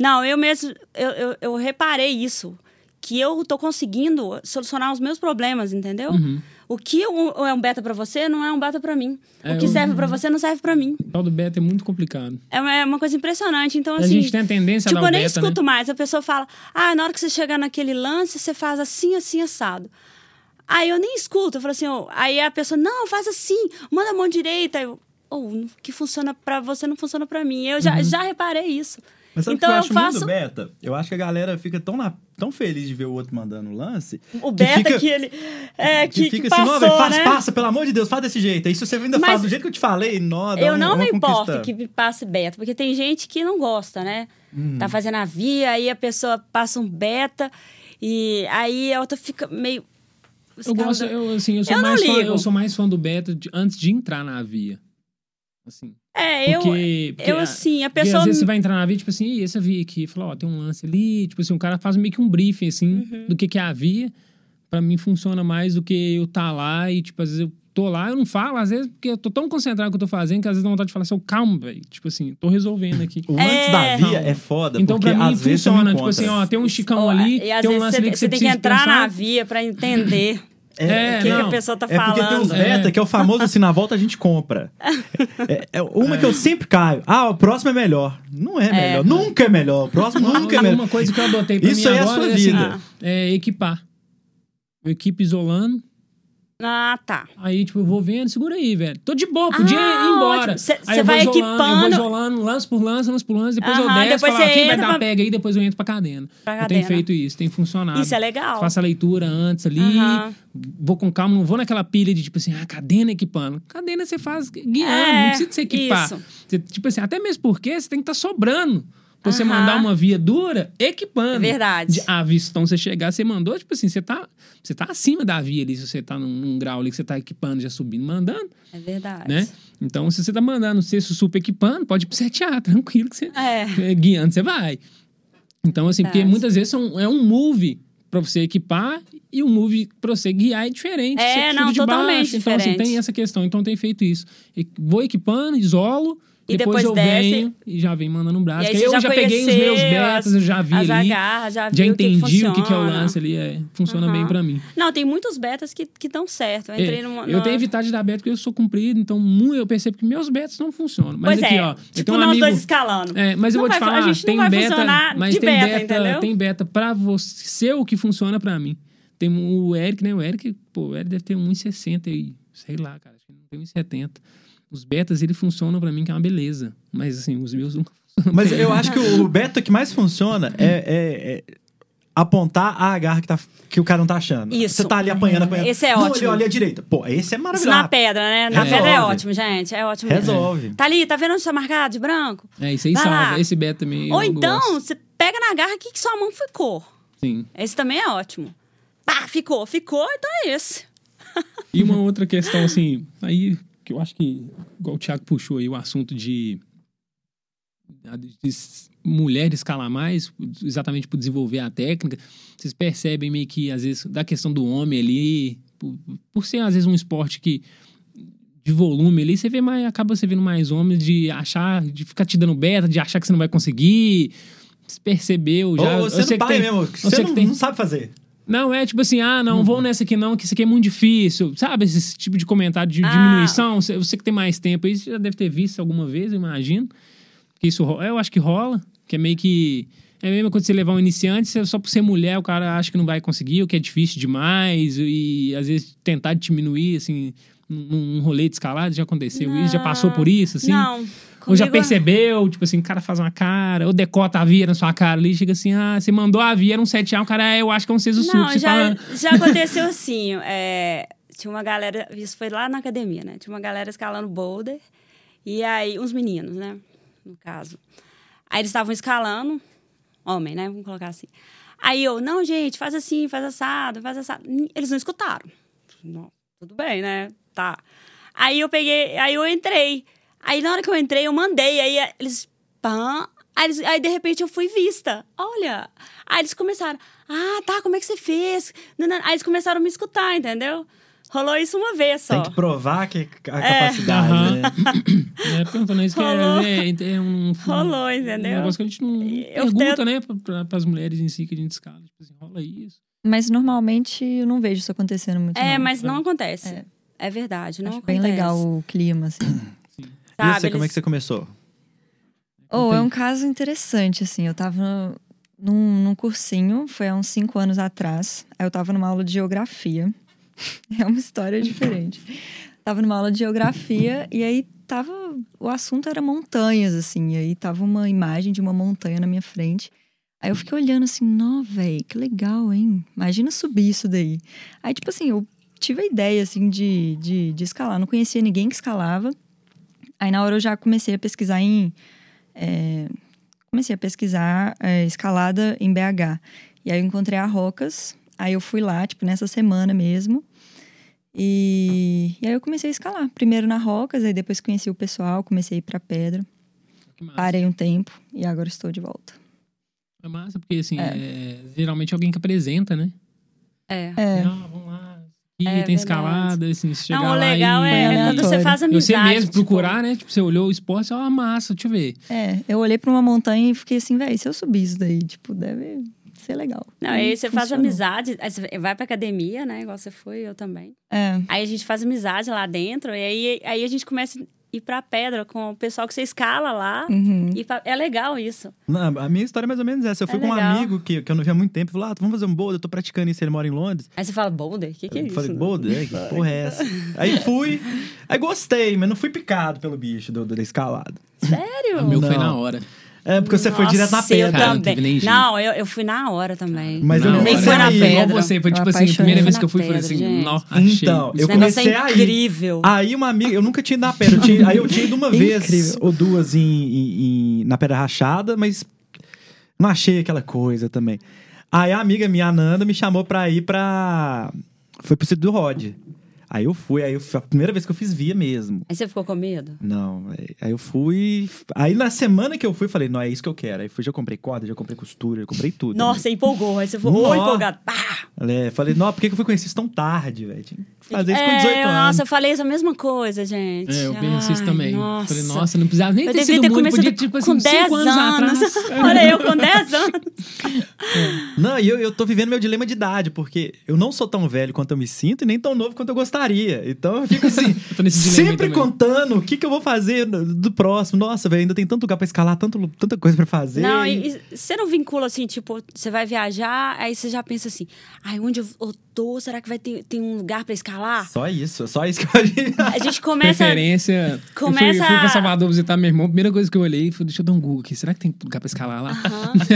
Não, eu mesmo, eu, eu, eu reparei isso, que eu tô conseguindo solucionar os meus problemas, entendeu? Uhum. O que é um- é um beta pra você não é um beta pra mim. É, o que eu- serve pra você não serve pra mim. O tal do beta é muito complicado. É uma, é uma coisa impressionante. Então, a assim. gente tem a tendência Tipo, a dar eu o nem beta, né? escuto mais. A pessoa fala, ah, na hora que você chegar naquele lance, você faz assim, assim, assado. Aí eu nem escuto. Eu falo assim, ó, aí a pessoa, não, faz assim, manda a mão direita. Eu, "Oh, o que funciona pra você não funciona pra mim. Eu Uhum. já, já reparei isso. Mas sabe o então que eu, eu, acho muito faço beta? Eu acho que a galera fica tão, na- tão feliz de ver o outro mandando o lance. o beta que, fica- ele. É, que, que fica que assim, passou, não, velho, faz, né? passa, pelo amor de Deus, faz desse jeito. Aí se você ainda Mas faz do jeito que eu te falei, nó, dá Eu um- não uma me importo conquista. que me passe beta, porque tem gente que não gosta, né? Hum. Tá fazendo a via, aí a pessoa passa um beta e aí a outra fica meio. Eu gosto, eu, assim, eu sou, Eu não mais fã, ligo. eu sou mais fã do beta de- antes de entrar na via. Assim, É, eu. porque, porque eu a- assim, a porque pessoa. às vezes você vai entrar na via, tipo assim, "Ih, essa via aqui, fala, ó, tem um lance ali, tipo assim, o cara faz meio que um briefing, assim, Uhum. do que que é a via. Pra mim funciona mais do que eu tá lá e, tipo, às vezes eu tô lá, eu não falo, às vezes, porque eu tô tão concentrado no que eu tô fazendo, que às vezes dá vontade de falar assim, "Ô, calma, velho, tipo assim, tô resolvendo aqui. O antes É. da via é foda, Então, porque pra mim, às vezes você não funciona. Tipo assim, encontra. ó, tem um esticão Ó, ali, e às tem um vezes lance você, ali que você tem que precisa entrar pensar. na via pra (coughs) entender É, o que, que não. a pessoa tá é porque tem uns falando. beta É. que é o famoso assim, na volta a gente compra. É, é uma que eu sempre caio. Ah, o próximo é melhor. Não é melhor. Nunca é melhor. O próximo nunca é Uma- melhor. Uma coisa que eu adotei pra Isso mim aí é a agora sua é, assim, vida. é equipar. Eu equipo isolando, Ah, tá. aí tipo, eu vou vendo, segura aí, velho. Tô de boa, podia Ah, ir embora. ótimo. Cê- Aí cê eu vou vai isolando, eu vou equipando. isolando, lance por lance, lance por lance, depois eu Aham, desço, depois falo, cê aqui vai entra dar pra- pega aí, depois eu entro pra cadena. Pra Eu tenho cadena. feito isso, tem funcionado. Isso é legal. Faço a leitura antes ali, Aham. vou com calma, não vou naquela pilha de tipo assim, ah, cadena equipando. Cadena você faz guiando, É, não precisa de você equipar. isso. Você, tipo assim, até mesmo porque você tem que estar sobrando. Pra você Aham. mandar uma via dura, equipando. É Verdade. De- a via, então você chegar, você mandou, tipo assim, você tá, você tá acima da via ali, se você tá num, num grau ali que você tá equipando, já subindo, mandando, É verdade. né? Então, se você tá mandando, se você super equipando, pode ir pro 7A, (laughs) tranquilo, que você, É. é, guiando, você vai. Então, assim, porque Verdade. muitas vezes são, é um move pra você equipar e um move pra você guiar é diferente. É, você puxa não, de baixo, totalmente Então, assim, diferente. tem essa questão. Então, tem feito isso. E vou equipando, isolo, E depois, depois eu desce. venho e já venho mandando um braço. E aí Porque você eu já, já peguei os conheceu meus betas, eu já vi As ali. agarras, Já já, viu entendi o que, que é o funciona. lance ali. É, funciona bem Aham. pra mim. Não, tem muitos betas que, que dão certo. Eu entrei É, numa, Eu numa- tenho evitado de dar beta porque eu sou comprido, então mu- eu percebo que meus betas não funcionam. Mas Pois aqui, é. ó, eu tipo, tenho um nós amigo. dois escalando. É, mas eu Não vou te vai- a falar, gente tem não vai beta, funcionar mas de tem beta, beta, entendeu? tem beta pra você ser o que funciona pra mim. Tem o Eric, né? O Eric, pô, o Eric deve ter 1,60 e sei lá, cara, acho que ele não tem 1,70. Os betas, ele funcionam pra mim, que é uma beleza. Mas assim, os meus nunca funcionam. Mas pra eu ele. acho que o beta que mais funciona é, é- é apontar a agarra que, tá, que o cara não tá achando. Isso. Você tá ali apanhando, apanhando. Esse é não, ótimo. Olha, olha a direita. Pô, esse é Isso maravilhoso. na pedra, né? Na Resolve. pedra é ótimo, gente. É ótimo. mesmo. Resolve. Tá ali, tá vendo onde tá marcado de branco? É, isso aí Vai salva. lá. Esse beta também. Ou eu então, gosto. você pega na garra aqui que sua mão ficou. Sim. Esse também é ótimo. Pá, ficou, ficou, então é esse. E uma outra questão, assim, aí que eu acho que, igual o Thiago puxou aí, o assunto de, de s- mulher escalar mais, exatamente por desenvolver a técnica, vocês percebem meio que, às vezes, da questão do homem ali, por, por ser, às vezes, um esporte que de volume ali, você vê mais, acaba você vendo mais homens de achar, de ficar te dando beta, de achar que você não vai conseguir. Você percebeu já. Ou eu você sei não que vai tem- mesmo. eu sei Você que não, tem- não sabe fazer. Não, é tipo assim, ah, não, vão nessa aqui não, que isso aqui é muito difícil. Sabe, esse tipo de comentário de Ah. diminuição? Você, você que tem mais tempo aí, você já deve ter visto alguma vez, eu imagino. Que isso ro- Eu acho que rola, que é meio que. É mesmo quando você levar um iniciante, você- só por ser mulher, o cara acha que não vai conseguir, o que é difícil demais, e às vezes tentar diminuir, assim, num, num rolê de escalada, já aconteceu isso, já passou por isso, assim. Ah. Não. Ou já comigo- é- percebeu, tipo assim, o cara faz uma cara, ou decota a via na sua cara ali, chega assim, ah, você mandou a via, era um 7A, o cara, é, eu acho que é um 6 o Não, Você já, fala, já aconteceu assim. é, tinha uma galera, isso foi lá na academia, né? Tinha uma galera escalando boulder. E aí, uns meninos, né? No caso. Aí eles estavam escalando, homem, né? Vamos colocar assim. Aí eu, não, gente, faz assim, faz assado, faz assado. Ni- Eles não escutaram. Não, tudo bem, né? Tá. Aí eu peguei, aí eu entrei. Aí na hora que eu entrei, eu mandei. Aí eh, eles. Pã, aí, eles- aí, de repente eu fui vista. Olha. Aí eles começaram. Ah, tá, como é que você fez? Nanana. Aí eles começaram a me escutar, entendeu? Rolou isso uma vez só. É. Tem que provar que a capacidade, Aham. (laughs) né? né, perguntando isso, que Rolou. é, é, é um, (laughs) Rolou, um entendeu? negócio que a gente não não Eu pergunta, tento- né, pra, pra, pras mulheres em si que a gente escala, tipo assim, rola isso. Mas normalmente eu não vejo isso acontecendo muito. É, não. mas não acontece. É. É, verdade, não Acho acontece. bem legal o clima, assim. E você, Sabe, como é eles- que você começou? Ou é Entendi. um caso interessante, assim. Eu tava num, num cursinho, foi há uns cinco anos atrás. Aí eu tava numa aula de geografia. (laughs) É uma história diferente. Tava numa aula de geografia e aí tava. O assunto era montanhas, assim. E aí tava uma imagem de uma montanha na minha frente. Aí eu fiquei olhando assim, nó, velho, que legal, hein? Imagina subir isso daí. Aí, tipo assim, eu tive a ideia, assim, de, de, de escalar. Não conhecia ninguém que escalava. Aí, na hora, eu já comecei a pesquisar em comecei a pesquisar é, escalada em BH. E aí eu encontrei a Rocas. Aí eu fui lá, tipo, nessa semana mesmo. E, e aí eu comecei a escalar. Primeiro na Rocas, aí depois conheci o pessoal, comecei a ir pra pedra. Que massa. Parei um tempo e agora estou de volta. É massa, porque assim, é, geralmente alguém que apresenta, né? É. É. Ah, vamos lá, aqui É tem verdade. escalada, assim, se chegar Não, o lá legal e... é, Foi quando aleatório. você faz amizade. Você mesmo tipo, procurar, né? Tipo, você olhou o esporte, ó, massa, deixa eu ver. É, eu olhei pra uma montanha e fiquei assim, velho, se eu subir isso daí, tipo, deve ser legal. Não, aí você faz funcionou. amizade, aí você vai pra academia, né? Igual você foi, eu também. É, Aí a gente faz amizade lá dentro, e aí, aí a gente começa a ir pra pedra com o pessoal que você escala lá. uhum. E fa- é legal isso. Não, a minha história é mais ou menos essa. Eu É fui com um legal. amigo que, que eu não via há muito tempo. e Falou, ah, vamos fazer um boulder. Eu tô praticando isso. Ele mora em Londres. Aí você fala, Boulder? O que, que é eu isso? falei, boulder? Que porra é essa? aí fui. Aí gostei, mas não fui picado pelo bicho do, do da escalada. Sério? O Ah, meu foi Não. na hora. É porque você foi Nossa, direto na eu pedra. Cara, não também. teve nem jeito. Não, eu, eu fui na hora também. Mas eu Não, comecei nem foi na a ir. pedra. Igual você, foi Eu tipo assim, a primeira apaixonei. vez que eu fui, Na foi assim, pedra, nó, achei. Então, eu Esse negócio comecei é a ir. incrível. Aí uma amiga, eu nunca tinha ido na pedra. Eu tinha- aí eu tinha (laughs) ido uma vez Incrível. É ou duas em, em- em- na pedra rachada, mas não achei aquela coisa também. Aí a amiga minha, a Nanda, me chamou pra ir pra. Foi pro sítio do Rod. Aí eu fui, aí eu- foi a primeira vez que eu fiz via mesmo. Aí você ficou com medo? Não, aí- aí eu fui. Aí na semana que eu fui, falei, não, é isso que eu quero. Aí fui, já comprei corda, já comprei costura, já comprei tudo. Nossa, empolgou. Aí você ficou Nó. muito empolgado. Pá! É, falei, não, por que que eu fui conhecer isso tão tarde, velho? Tinha que fazer isso com É, 18 anos. Nossa, eu falei essa mesma coisa, gente. É, eu pensei isso Ai, também. Nossa. Falei, nossa, não precisava nem Eu ter devia sido ter muito, começado podia, tipo assim, com 10 cinco anos, anos. atrás. (laughs) Olha, eu com (laughs) 10 anos. Não, e eu, eu tô vivendo meu dilema de idade, porque eu não sou tão velho quanto eu me sinto e nem tão novo quanto eu gostaria. Então eu fico assim, Eu tô (laughs) nesse dilema aí sempre também. contando o que, que eu vou fazer no- do próximo. Nossa, velho, ainda tem tanto lugar pra escalar, tanto, tanta coisa pra fazer. Não, e, e você não vincula assim, tipo, você vai viajar, aí você já pensa assim, ai, onde eu eu tô? Será que vai ter tem um lugar pra escalar? Ah. Só isso, só isso que (laughs) eu A gente começa. Preferência. Eu fui, começa- eu fui pra Salvador visitar meu irmão. Primeira coisa que eu olhei foi: deixa eu dar um Google aqui. Será que tem lugar pra escalar lá? (laughs)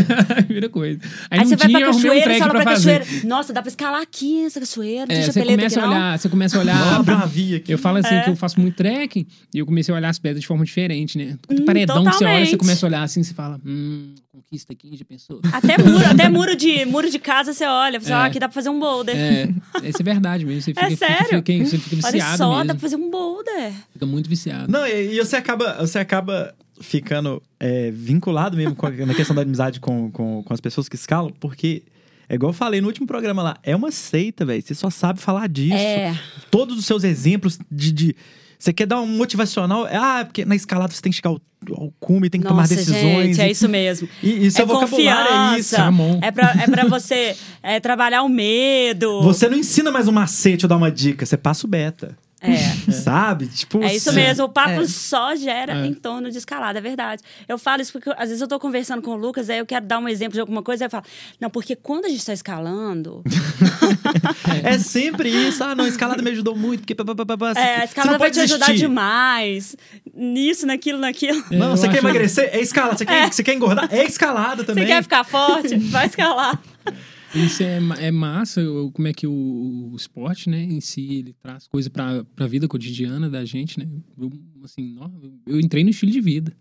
Primeira coisa. Aí, Aí não você vai tinha, pra eu arrumei um cachoeira e trek fala pra, fazer. cachoeira. Nossa, dá pra escalar aqui essa cachoeira, É, deixa a você peleta aqui, começa a não. olhar, você começa a olhar. Abre uma via aqui. Eu falo assim É. que eu faço muito trekking e eu comecei a olhar as pedras de forma diferente, né? Todo Hum, paredão que você olha, você totalmente. começa a olhar assim, você fala, hum, conquista aqui, já pensou? Até muro, até (laughs) muro de, muro de casa você olha, você É. fala, ah, aqui dá pra fazer um boulder. É, isso é verdade mesmo. Você fica, fica- sério? fica- você fica Olha viciado só, dá mesmo. pra fazer um boulder. Fica muito viciado. Não, e, e você acaba, você acaba ficando é, vinculado mesmo com a- na questão da amizade com, com, com as pessoas que escalam, porque É igual eu falei no último programa lá. É uma seita, velho. Você só sabe falar disso. É, Todos os seus exemplos de. de- Você quer dar um motivacional? Ah, porque na escalada você tem que chegar ao, ao cume, tem que tomar nossa, decisões. gente, é isso mesmo. E, e seu é vocabulário é isso. confiança. tá bom. É pra, é pra você é, trabalhar o medo. Você não ensina mais um macete ou dá uma dica, você passa o beta. É. Sabe? Tipo. É isso você- mesmo, o papo É. só gera É. em torno de escalada, é verdade. Eu falo isso porque às vezes eu tô conversando com o Lucas, aí eu quero dar um exemplo de alguma coisa, aí eu falo, não, porque quando a gente tá escalando, É sempre isso. Ah, não, a escalada me ajudou muito. Porque... pá, pá, pá, pá, pá. é, a Você não escalada vai pode te ajudar desistir. demais, nisso, naquilo, naquilo. É, Não, eu você quer acho- emagrecer? É escalada. Você quer, você quer engordar? É escalada também. Você quer ficar forte? Vai escalar. Isso é, ma- é massa, o- como é que o, o esporte, né, em si, ele traz coisa pra, pra vida cotidiana da gente, né? Eu, assim, nó, eu entrei no estilo de vida.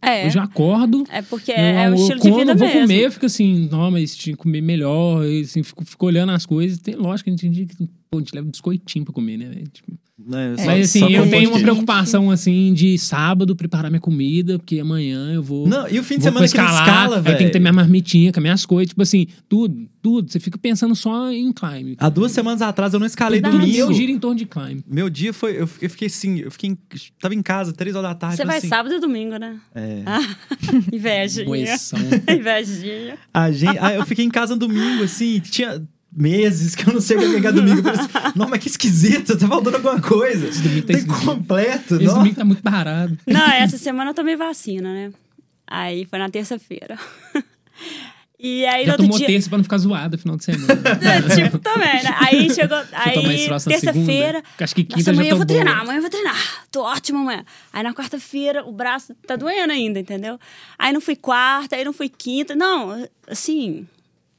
É, Eu já acordo, é porque eu, é, eu um estilo como, de vida eu vou mesmo. comer, eu fico assim, não, mas tinha que comer melhor, e, assim, fico, fico olhando as coisas. Tem, lógico, a gente, tem dia que, pô, a gente leva um biscoitinho pra comer, né? velho? Tipo, Né, só- mas assim, só eu com tenho uma podcast. preocupação, assim, de sábado preparar minha comida, porque amanhã eu vou... Não, e o fim de Vou semana que não escalar, escala, aí tem que ter velho. minha marmitinha, com as minhas coisas, tipo assim, tudo, tudo. Você fica pensando só em climb. Há duas semanas atrás eu não escalei Tudo Ah, domingo. meu gira em torno de climb. Meu dia foi. Eu fiquei eu fiquei assim, eu fiquei. em- Tava em casa, três horas da tarde. Você eu vai assim, sábado e domingo, né? É. (laughs) Invejinha. Coesão. (laughs) Invejinha. A gente, aí eu fiquei em casa domingo, assim, tinha meses que eu não sei o que é pegar domingo. Eu falei (laughs) assim, não, mas que esquisito, tá faltando alguma coisa. Esse domingo tá tem esquisito. completo, Esse não? domingo tá muito parado. Não, essa semana eu tomei vacina, né? Aí foi na terça-feira. (laughs) E aí no Já outro tomou dia. terça pra não ficar zoado no final de (laughs) semana. É, tipo, também, né? (laughs) Aí chegou. Tomar Aí, menstruação na terça-feira. segunda. Acho que Nossa, quinta já amanhã tô eu vou boa. treinar, amanhã eu vou treinar. Tô ótima amanhã. Aí na quarta-feira o braço tá doendo ainda, entendeu? Aí não fui quarta, aí não fui quinta. Não, assim,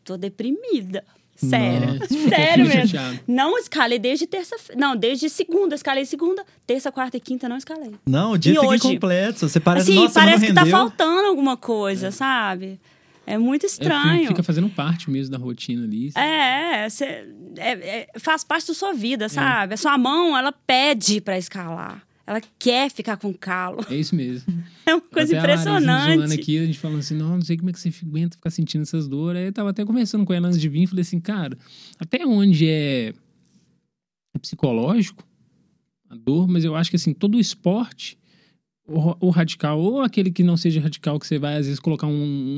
tô deprimida. Sério. Nossa, Sério fiquei mesmo. chateado. Não escalei desde terça-feira. Não, desde segunda. Escalei segunda, terça, quarta e quinta não escalei. Não, o dia E fica hoje? incompleto. Você parece, assim, nossa, parece não que tá rendeu. faltando alguma coisa, sabe? É muito É, fica- estranho. Fica fazendo parte mesmo da rotina ali. É, é, cê- é, é, faz parte da sua vida, sabe? A sua mão, ela pede pra escalar. Ela quer ficar com calo. (laughs) É isso mesmo. É uma coisa Até A Larissa me zoando impressionante. aqui, a gente falando assim, não, não sei como é que você fi- aguenta ficar sentindo essas dores. Aí eu tava até conversando com ela antes de vir, falei assim, cara, até onde é é psicológico a dor, mas eu acho que assim, todo esporte, o, ra- o radical, ou aquele que não seja radical, que você vai às vezes colocar um,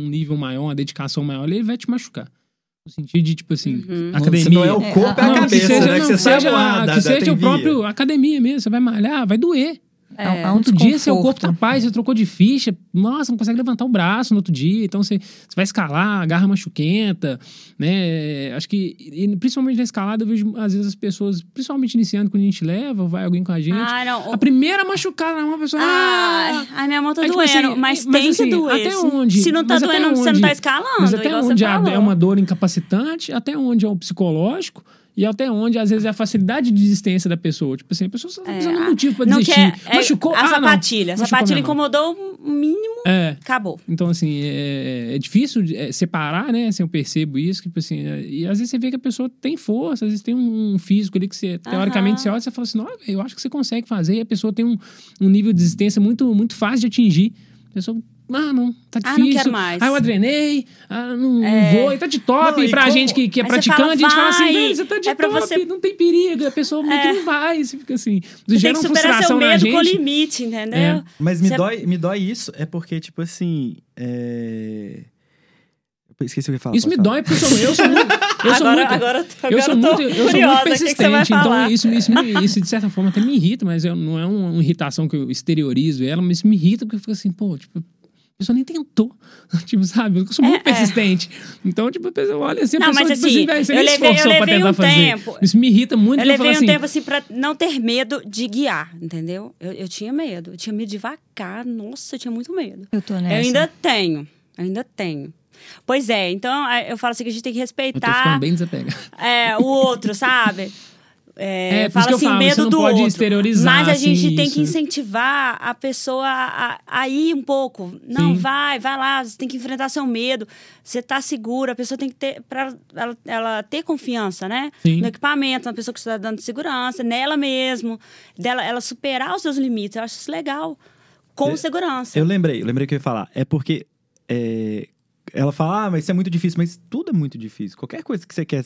um nível maior, uma dedicação maior, ele vai te machucar. No sentido de, tipo assim, Uhum. Não, se não é academia. o corpo, é, Não, a que cabeça, seja, né? Que não, você sai seja- voando, que seja o tem via. próprio academia mesmo, você vai malhar, vai doer. Há um- há um Outro dia, seu corpo desconforto. tá paz, você trocou de ficha, nossa, não consegue levantar o braço no outro dia, então você, você vai escalar, agarra machuquenta, né? Acho que, e principalmente na escalada, eu vejo às vezes as pessoas, principalmente iniciando, quando a gente leva, vai alguém com a gente, Ah, Ai, Ah, não. a primeira machucada na mão, a pessoa. Ai, "Ah!" ai, minha mão tá Aí, tipo doendo. assim, mas mas tem assim, que doer. até onde? Se não tá Mas até doendo, você não onde? tá escalando. Mas até igual você onde a- falou. é uma dor incapacitante, até onde é o psicológico. E até onde, às vezes, é a facilidade de desistência da pessoa. Tipo assim, a pessoa só tá É, precisando de a- um motivo pra não desistir. quer, é, Machucou? A ah, não. sapatilha. A Machucou sapatilha minha mão. incomodou o mínimo, É. acabou. Então, assim, é, é difícil de- é, separar, né? Assim, eu percebo isso. Que, tipo assim, é- e às vezes você vê que a pessoa tem força, às vezes tem um físico ali que você, teoricamente, você olha e você fala assim, não, eu acho que você consegue fazer. E a pessoa tem um, um nível de existência muito, muito fácil de atingir. A pessoa, ah, não, tá Ah, não difícil. quero mais." É. Ah, eu adrenei, ah, não, não vou, e tá de top. Não, e e pra como- gente que, que é Aí você praticante, fala, a gente fala assim, "Vai, velho, você tá de é pra top, você- É. não tem perigo. A pessoa meio que não vai. Você fica assim, Você tem gera que uma superar seu frustração na medo com o gente. É. limite, entendeu? Mas me Você- dói, me dói isso, é porque, tipo assim. É... eu Esqueci o que eu ia falar. Isso me pode falar. dói, porque eu sou, eu sou muito. Eu sou agora, muito agora, eu agora sou eu Tá tô muito, eu sou curiosa muito o que que persistente, você vai falar. então isso, isso, me- (laughs) isso de certa forma até me irrita, mas eu- não é uma irritação que eu exteriorizo ela, mas isso me irrita porque eu fico assim, pô, tipo, a pessoa nem tentou, (laughs) tipo, sabe? Eu sou muito É, é. persistente. Então, tipo, a pessoa olha assim, a Não, pessoa mas tipo, assim, assim, velho, você eu nem levei- eu esforçou pra levei tentar um fazer. tempo. Isso me irrita muito, Eu porque eu falo levei um assim, tempo assim pra não ter medo de guiar, entendeu? Eu, eu tinha medo, eu tinha medo de vacar, nossa, eu tinha muito medo. tá- Eu tô nessa. É, Eu ainda tenho, eu ainda tenho. Pois é, então é, eu falo assim que a gente tem que eu tô ficando respeitar bem desapegado. é, o outro, sabe? É, É, por isso que eu assim, falo, medo você não do pode outro. exteriorizar, Mas a gente assim, tem isso. que incentivar a pessoa a, a ir um pouco. Não, Sim. vai, vai lá, você tem que enfrentar seu medo. Você tá segura, a pessoa tem que ter. Pra ela, ela ter confiança, né? Sim. No equipamento, na pessoa que você tá dando segurança, nela mesmo, dela, ela superar os seus limites. Eu acho isso legal. Com Eu- segurança. Eu lembrei, eu lembrei o que eu ia falar. É porque é, Ela fala, ah, mas isso é muito difícil. Mas tudo é muito difícil. Qualquer coisa que você quer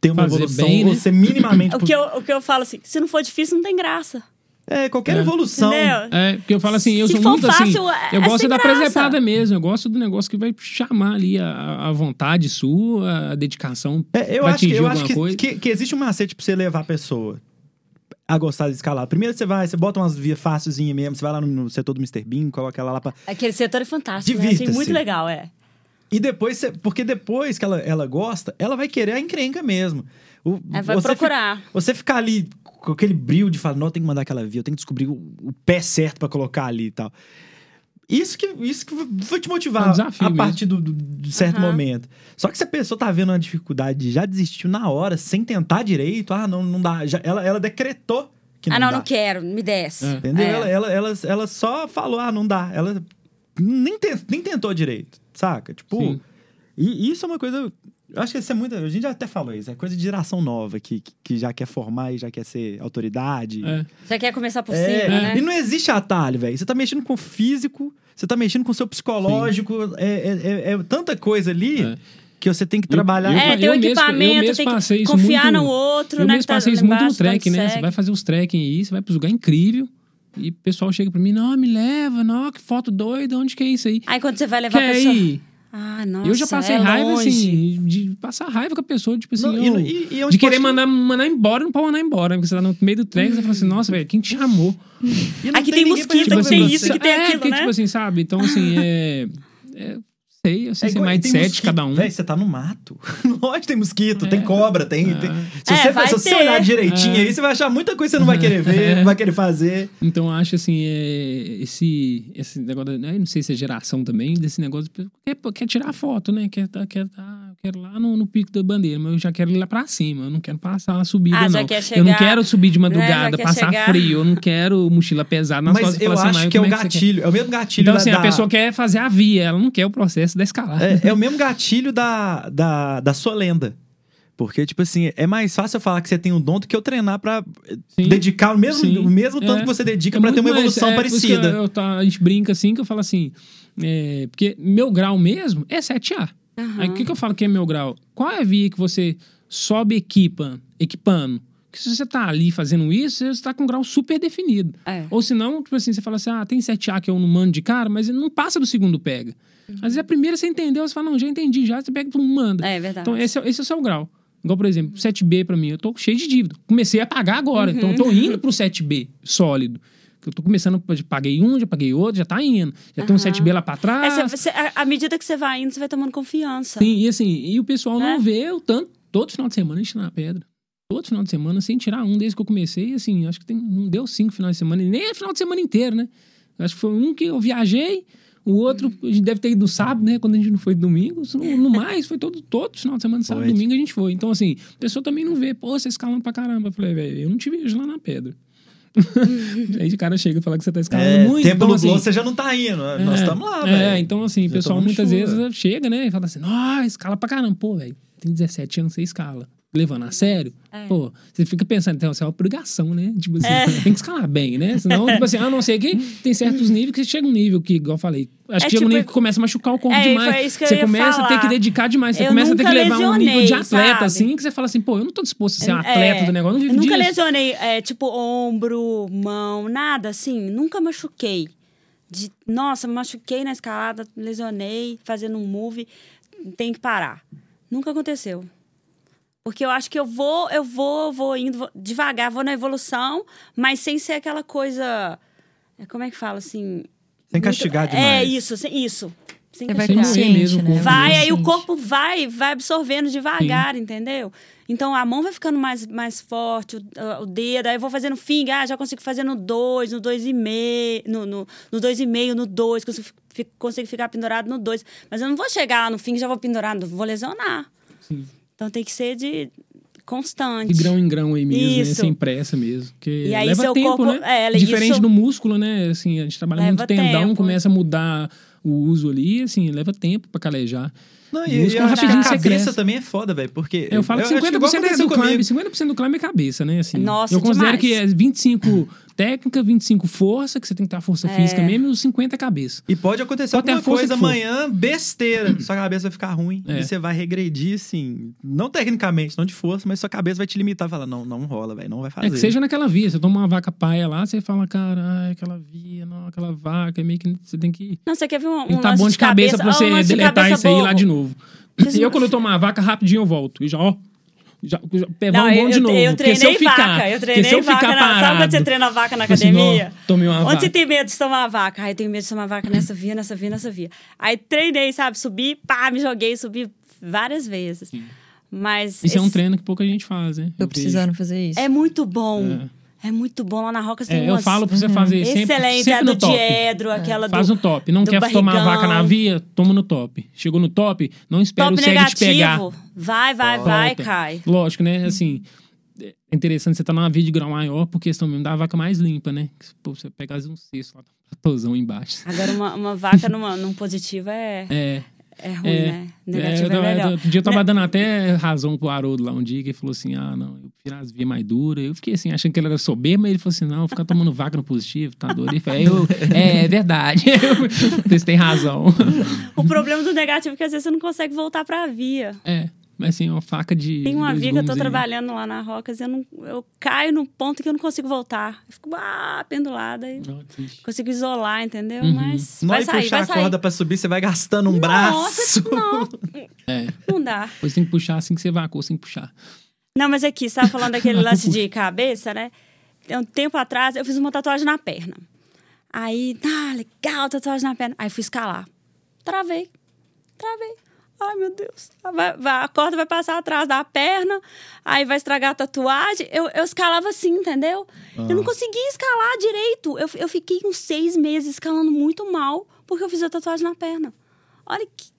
ter uma Fazer evolução, bem, né? ou ser (laughs) minimamente... É O que, eu, o que eu falo assim, se não for difícil, não tem graça. É, qualquer É. evolução... Entendeu? É, porque eu falo assim, eu Se sou for muito fácil, assim. é- Eu é gosto sem da graça. presepada mesmo, eu gosto do negócio que vai chamar ali a, a vontade sua, a dedicação. É, eu Pra acho, que, atingir eu alguma acho que, coisa. que, que existe um macete pra você levar a pessoa a gostar de escalar. Primeiro você vai, você bota umas vias facilzinhas mesmo, você vai lá no, no setor do Mr. Bean, coloca aquela lá pra... Aquele setor é fantástico, né? Achei Divirta-se. muito legal, é. E depois, você, porque depois que ela, ela gosta, ela vai querer a encrenca mesmo. O- Ela É, vai você procurar. fi- você ficar ali com aquele brilho de falar, não, eu tenho que mandar aquela via, eu tenho que descobrir o, o pé certo pra colocar ali e tal. Isso que, isso que vai te motivar É um desafio a mesmo. partir do, do- de certo Aham. momento. Só que se a pessoa tá vendo uma dificuldade, já desistiu na hora, sem tentar direito, ah, não, não dá. já- ela, ela decretou que não ah, não, dá. Hum. não quero, me desce. É. Entendeu? É. Ela, ela, ela, ela só falou, ah, não dá. Ela nem, ten- nem tentou direito, saca? Tipo, Sim. e isso é uma coisa. Eu acho que isso é muito. A gente já até falou isso, é coisa de geração nova que, que- que já quer formar e já quer ser autoridade. É. Já quer começar por É, cima, né? E não existe atalho, velho. Você tá mexendo com o físico, você tá mexendo com o seu psicológico. É, é- é- é tanta coisa ali É. que você tem que Eu- trabalhar. eu- É, tem o eu mesmo- eu equipamento, mesmo tem que passei isso confiar muito- no outro, eu né? mesmo que tá passei isso lá muito no embaixo, tá trek, né? Você segue. vai fazer uns trekking aí, você vai pros lugar incrível e o pessoal chega pra mim, não, me leva, não, que foto doida, onde que é isso aí? Aí quando você vai levar a Quer pessoa... ir? Ah, nossa, é eu já passei é raiva, longe. assim, de passar raiva com a pessoa, tipo assim, Não, e- eu- e- e é um de querer esporte- mandar, mandar embora, não pode mandar embora, porque você tá no meio do trek, você fala assim, nossa, velho, quem te chamou? e não Aqui tem ninguém pra mosquito, resolver tem você. Tipo isso, que tem é, aquilo, porque, né? tipo assim, sabe? Então, assim, é... é sei, eu sei É ser igual- mais de tem sete mosquito. cada um. Véi, você tá no mato. (laughs) Lógico, tem mosquito, É. tem cobra, tem. tem- Se, É, você, vai se você ter. olhar direitinho aí, você vai achar muita coisa que você não vai querer (laughs) ver, É. não vai querer fazer. Então, eu acho assim, é, esse, esse negócio, da- né, não sei se é geração também, desse negócio, de- quer, quer tirar foto, né? Quer, tá- quer, tá- quero lá no, no pico da bandeira, mas eu já quero ir lá pra cima, eu não quero passar a subida, Ah, não. já quer eu não chegar, né? quero subir de madrugada, Já quer passar chegar. frio, eu não quero mochila pesada nas Mas costas e eu falar assim, acho "Mas que é o como você quer?" gatilho. É o mesmo gatilho Então, da- assim, da. a pessoa quer fazer a via, ela não quer o processo da escalada. (laughs) É, é o mesmo gatilho da, da, da sua lenda. Porque, tipo assim, é mais fácil eu falar que você tem um dom do que eu treinar pra Sim. dedicar o mesmo, Sim. o mesmo tanto É. que você dedica pra ter muito uma mais- evolução é, por isso que parecida. eu- eu tá- a gente brinca assim, que eu falo assim, é, porque meu grau mesmo é 7A. Aí o que, que eu falo que é meu grau? Qual é a via que você sobe equipa, equipando? Que se você tá ali fazendo isso, você está com um grau super definido. É. Ou senão, tipo assim, você fala assim, ah, tem 7A que eu não mando de cara, mas ele não passa do segundo pega. Às vezes a primeira você entendeu, você fala, não, já entendi, já, você pega e pum, manda. É, é verdade. Então, esse é, esse é o seu grau. Igual, por exemplo, 7B pra mim, eu tô cheio de dívida. Comecei a pagar agora, então eu tô indo pro 7B sólido. Que Eu tô começando, já paguei um, já paguei outro, já tá indo. Já tem um 7B lá pra É, trás. você- você- a- à medida que você vai indo, você vai tomando confiança. Sim, e assim, e o pessoal Né? não vê o tanto. Todo final de semana enchendo a pedra. Todo final de semana, sem tirar um desde que eu comecei, assim, acho que tem, não deu cinco finais de semana, e nem é final de semana inteiro, né? Acho que foi um que eu viajei, o outro a gente deve ter ido no sábado, né? Quando a gente não foi domingo, se não- no mais, foi todo, todo final de semana, sábado, Foi. domingo a gente foi. Então, assim, a pessoa também não vê, pô, você escalando pra caramba. Eu falei, velho, eu não te vejo lá na pedra. (laughs) Aí o cara chega e fala que você tá escalando É, muito. tempo então, nublou, assim, você já não tá indo. Nós é, estamos lá, é, velho. então assim, o Já pessoal tomamos muitas chuva. vezes chega, né? E fala assim, nossa, escala pra caramba. Pô, velho, tem 17 anos, você escala. Levando a sério, É. pô, você fica pensando, então, isso é uma obrigação, né? Tipo assim, tem que escalar bem, né? Senão, tipo assim, a não ser (laughs) que tem certos níveis que você chega um nível que, igual eu falei, acho É que chega um tipo- nível que começa a machucar o corpo É, foi demais. isso que eu você ia começa a ter falar. que dedicar demais. Você Eu começa a ter que nunca levar um nível de lesionei, atleta, sabe? assim, que você fala assim, pô, eu não tô disposto a ser um atleta É. do negócio, eu não vivo Eu nunca disso. lesionei, é, tipo, ombro, mão, nada assim. Nunca machuquei. De, nossa, machuquei na escalada, lesionei, fazendo um move, tem que parar. Nunca aconteceu. Porque eu acho que eu vou, eu vou, vou indo vou- devagar, vou na evolução, mas sem ser aquela coisa. é, Como é que fala assim? Sem Muito- castigar É demais. isso, sem- isso. Sem Você vai Sem castigar. doer É mesmo consciente, o né? corpo. Vai, aí o consciente. corpo vai, vai absorvendo devagar, entendeu? Então a mão vai ficando mais, mais forte, o, ah, o dedo, aí eu vou fazendo fing, ah, já consigo fazer no 2, no 2,5, no 2,5, no 2, dois e meio, no dois, consigo, fi- consigo ficar pendurado no 2. Mas eu não vou chegar lá no fim e já vou pendurado, vou lesionar. Sim. Então tem que ser de De constante. grão em grão aí mesmo, né? Isso. Sem pressa mesmo. Porque E aí leva seu tempo, corpo- né? é, ela- Diferente isso- do músculo, né? Assim, a gente trabalha Leva muito tendão, tempo. começa a mudar o uso ali, assim, leva tempo pra calejar. Não, E e, e eu músculo acho que a rapidinho você cabeça cresce. também é foda, velho. Porque. Eu falo que acho igual 50% é aconteceu do comigo. climb, 50% do climb é cabeça, né? Assim, Nossa, eu considero demais. que é 25 técnica, 25 força, que você tem que ter a força física mesmo, e os 50 é cabeça. E pode acontecer Pode ter a alguma força coisa que for. amanhã, (clears throat) besteira. Sua cabeça vai ficar ruim. É. E você vai regredir, assim, não tecnicamente, não de força, mas sua cabeça vai te limitar. Falar, não, não rola, velho, não vai fazer. É que seja naquela via, você toma uma vaca paia lá, você fala, caralho, aquela via, não, aquela vaca, é meio que você tem que. Não, você quer ver um, Tem um que tá lance bom de cabeça, Ah, um pra você lance de deletar cabeça isso aí bobo. lá de novo. Vocês eu, não- quando eu tomar a vaca, rapidinho eu volto. E já, ó. Já, já pegar Não, um bom eu, de eu- novo. eu porque se treinei eu ficar, vaca. Eu porque treinei se eu vaca. ficar na- sabe quando parado, você treina vaca na tipo assim, ó, academia? tomei uma Onde vaca. você tem medo de tomar vaca? Ai, eu tenho medo de tomar vaca nessa via, nessa via, nessa via. Aí treinei, sabe? Subi, pá, me joguei, subi várias vezes. Mas. Isso é um esse- treino que pouca gente faz, né? Tô Eu vejo. precisando fazer isso. É muito bom. É, muito bom. Lá na Rocas tem É, eu umas falo pra você fazer sempre, Uhum. Excelente, sempre a do no top. É, Diedro, aquela Faz um do. no top. Não do quer tomar a barrigão. vaca na via? Toma no top. Chegou no top, não espera top o segue te pegar. negativo. Vai, vai, vai, Volta. cai. Lógico, né? Assim, é interessante você tá numa via de grau maior por questão mesmo da vaca mais limpa, né? Pô, você pegar às vezes, um cesto lá, um platôzão embaixo. Agora, uma, uma vaca numa, num positivo é, É. é ruim, É, né? Negativo é, eu tava- melhor. Outro dia eu tava dando até razão pro Haroldo lá um dia, que ele falou assim: ah, não, eu prefiro as vias mais duras. Eu fiquei assim, achando que ele era soberbo, mas ele falou assim: não, ficar tomando vaca no positivo, tá doido. Ele falou, é, eu- é, é verdade. (laughs) Eu- Vocês têm razão. O problema do negativo é que às vezes você não consegue voltar pra via. É, mas assim, é uma faca de. Tem uma dois via que eu né? tô gumes aí. trabalhando lá na Rocas e eu, não, eu caio num ponto que eu não consigo voltar. Eu fico ah, pendulada e Não, triste. consigo isolar, entendeu? Uhum. Mas Não vai vai sair, puxar vai a sair. corda pra subir, você vai gastando um Nossa, braço. não, É, não dá. depois tem que puxar assim que você vacou, sem puxar. Não, mas aqui, você tava (laughs) falando daquele lance de cabeça, né? Tem Um tempo atrás, eu fiz uma tatuagem na perna. Aí, ah, legal, tatuagem na perna. Aí fui escalar. Travei. Travei. Ai, meu Deus. Vai- vai- a corda vai passar atrás da perna, aí vai estragar a tatuagem. Eu, eu escalava assim, entendeu? Eu não conseguia escalar direito. Eu, eu fiquei uns seis meses escalando muito mal, porque eu fiz a tatuagem na perna. Olha que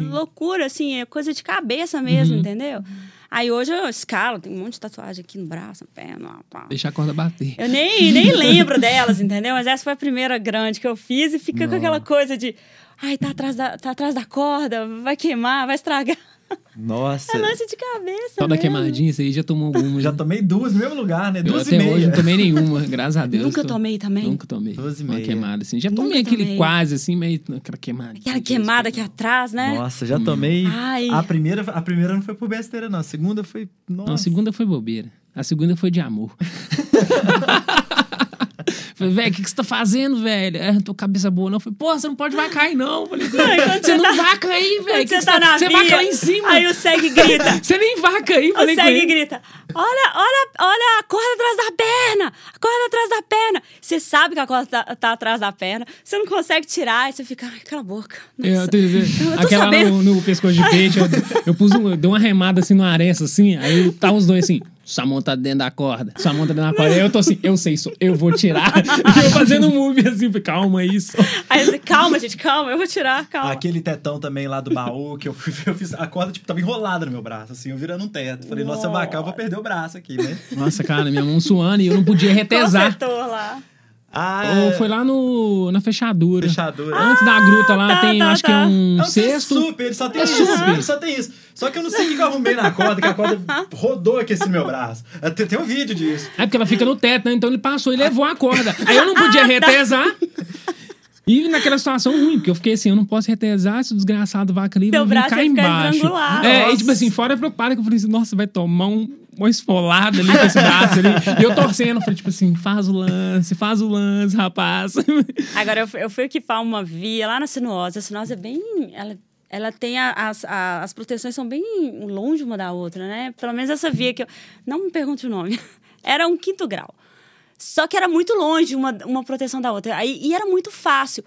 loucura, assim, é coisa de cabeça mesmo, entendeu? Aí hoje eu escalo, tem um monte de tatuagem aqui no braço, na perna, lá, pá. Deixar a corda bater. Eu nem, nem lembro delas, entendeu? Mas essa foi a primeira grande que eu fiz e fica com aquela coisa de. Ai, tá atrás, da, tá atrás da corda, vai queimar, (laughs) vai estragar. (laughs) Nossa. É lance de cabeça. né?" Toda mesmo. queimadinha, você aí já tomou (laughs) alguma. Já tomei duas no mesmo lugar, né? Eu Duas até e meia. hoje não tomei nenhuma, graças a Deus. Nunca Tô- tomei também. Nunca tomei. Doze e Uma meia. queimada, assim. Já Nunca tomei aquele tomei. quase, assim, mas aquela queimada. Aquela queimada aqui atrás, né? Nossa, já tomei. Ai. A primeira, a primeira não foi por besteira, não. A segunda foi. Nossa. Não, a segunda foi bobeira. A segunda foi de amor. (laughs) Falei, velho, o que, que você tá fazendo, velho? É, tô com cabeça boa, não. Falei, pô, você não pode vacar aí, não. Falei, quando você você não tá- vaca aí, velho. Quando que que você tá na Você via, vaca lá em cima. Aí o segue (laughs) grita. Você nem vaca aí, falei O com segue ele. grita: olha, olha, olha a corda atrás da perna! A corda atrás da perna! Você sabe que a corda tá, tá atrás da perna, você não consegue tirar, aí você fica, ai, cala a boca. É, eu Nossa. tô- Eu tô aquela lá sabendo. no, no pescoço de peixe, eu, eu pus um, dei uma remada assim no aresta, assim, aí tá os dois assim, sua mão tá dentro da corda, sua mão tá dentro da corda. Aí eu tô assim, eu sei isso, eu vou tirar. (laughs) E eu fazendo um move assim, falei, calma isso. Aí você, calma, gente, calma, eu vou tirar, calma. Aquele tetão também lá do baú, que eu, fui- eu fiz. A corda, tipo, tava enrolada no meu braço, assim, eu virando um teto. Falei, nossa, eu vacar, eu vou perder o braço aqui, né? Nossa, cara, minha mão suando e eu não podia Qual retesar. setor lá? Ah, Ou foi lá no, na fechadura. fechadura. Antes da gruta lá tá, tem, tá, acho que tá. é um, É um cesto. super, ele só tem É isso. super. Ele só tem isso. Só que eu não sei o que que eu arrumei na corda, que a corda rodou aqui esse meu braço. Tem, tem um vídeo disso. É porque ela fica no teto, né? Então ele Ah. passou e levou a corda. Aí (laughs) eu não tá. podia retesar. E naquela situação ruim, porque eu fiquei assim, eu não posso retesar, se o desgraçado vaca ali vai Teu vir braço cá vai ficar embaixo. estrangulado. É, e Nossa. tipo assim, fora preocupada que eu falei assim, nossa, vai tomar um, uma esfolada ali com esse braço ali. E eu torcendo, eu falei tipo assim, faz o lance, faz o lance, rapaz. (laughs) Agora, eu, fui- eu fui equipar uma via lá na Sinuosa. A Sinuosa é bem. Ela, ela tem. a- as, a- as proteções são bem longe uma da outra, né? Pelo menos essa via que eu. Não me pergunte o nome. (laughs) Era um quinto grau. Só que era muito longe uma, uma proteção da outra. Aí, e era muito fácil.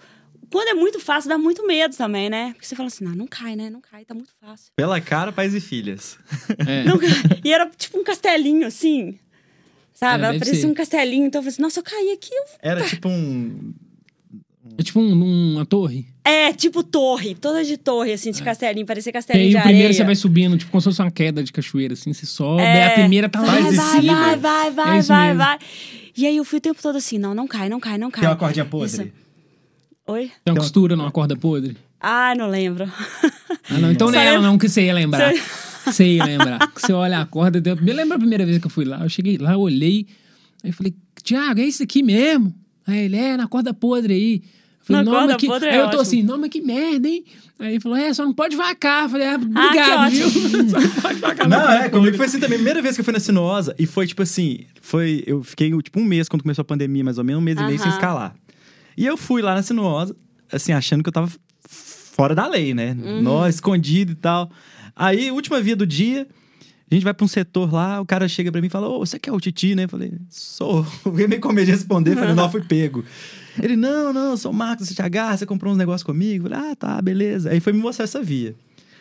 Quando é muito fácil, dá muito medo também, né? Porque você fala assim: não, não cai, né? Não cai, tá muito fácil. Pela cara, pais e filhas. É. Não cai. E era tipo um castelinho assim. Sabe? É, Ela deve parecia ser. um castelinho. Então eu falei assim: nossa, eu caí aqui, eu Era tipo um. É tipo um- uma torre. É, tipo torre, toda de torre, assim, de castelinho, É. parecia E castelinho aí de o primeiro areia. você vai subindo, tipo como se fosse uma queda de cachoeira, assim, você sobe, É, aí a primeira tá lá vai, em vai, cima. vai, vai, vai, É isso vai, mesmo. vai. E aí eu fui o tempo todo assim, não, não cai, não cai, não cai. Tem uma cordinha podre. Isso. é Oi? Tem uma costura numa corda podre. Ah, não lembro. Ah, não, então Só não é ela lembra- não, que você ia lembrar. Você ia lembrar. Que você olha a corda. Eu... Me lembro a primeira vez que eu fui lá. Eu cheguei lá, eu olhei. Aí eu falei, Tiago, é isso aqui mesmo? Aí ele, é, na corda podre aí. Eu Falei, Na "Não, mas corda que... podre é Aí eu tô ótimo. assim, não, mas que merda, hein? Aí ele falou, é, só não pode vacar. Eu Falei, ah, Ah, que obrigado, viu? (laughs) Só não pode vacar na Não, corda é, podre. comigo foi assim também. Primeira vez que eu fui na Sinuosa e foi tipo assim, foi, eu fiquei tipo um mês quando começou a pandemia, mais ou menos, um mês e meio sem Aham. escalar. E eu fui lá na Sinuosa, assim, achando que eu tava fora da lei, né? Nó, escondido e tal. Aí, última via do dia, a gente vai pra um setor lá, o cara chega pra mim e fala, ô, você quer o Titi, né? Eu falei, sou. (laughs) Eu nem com medo de responder, falei, não, fui pego. Ele, não, não, eu sou o Marcos, você te agarra, você comprou uns negócios comigo. Eu falei, ah, tá, beleza. Aí foi me mostrar essa via.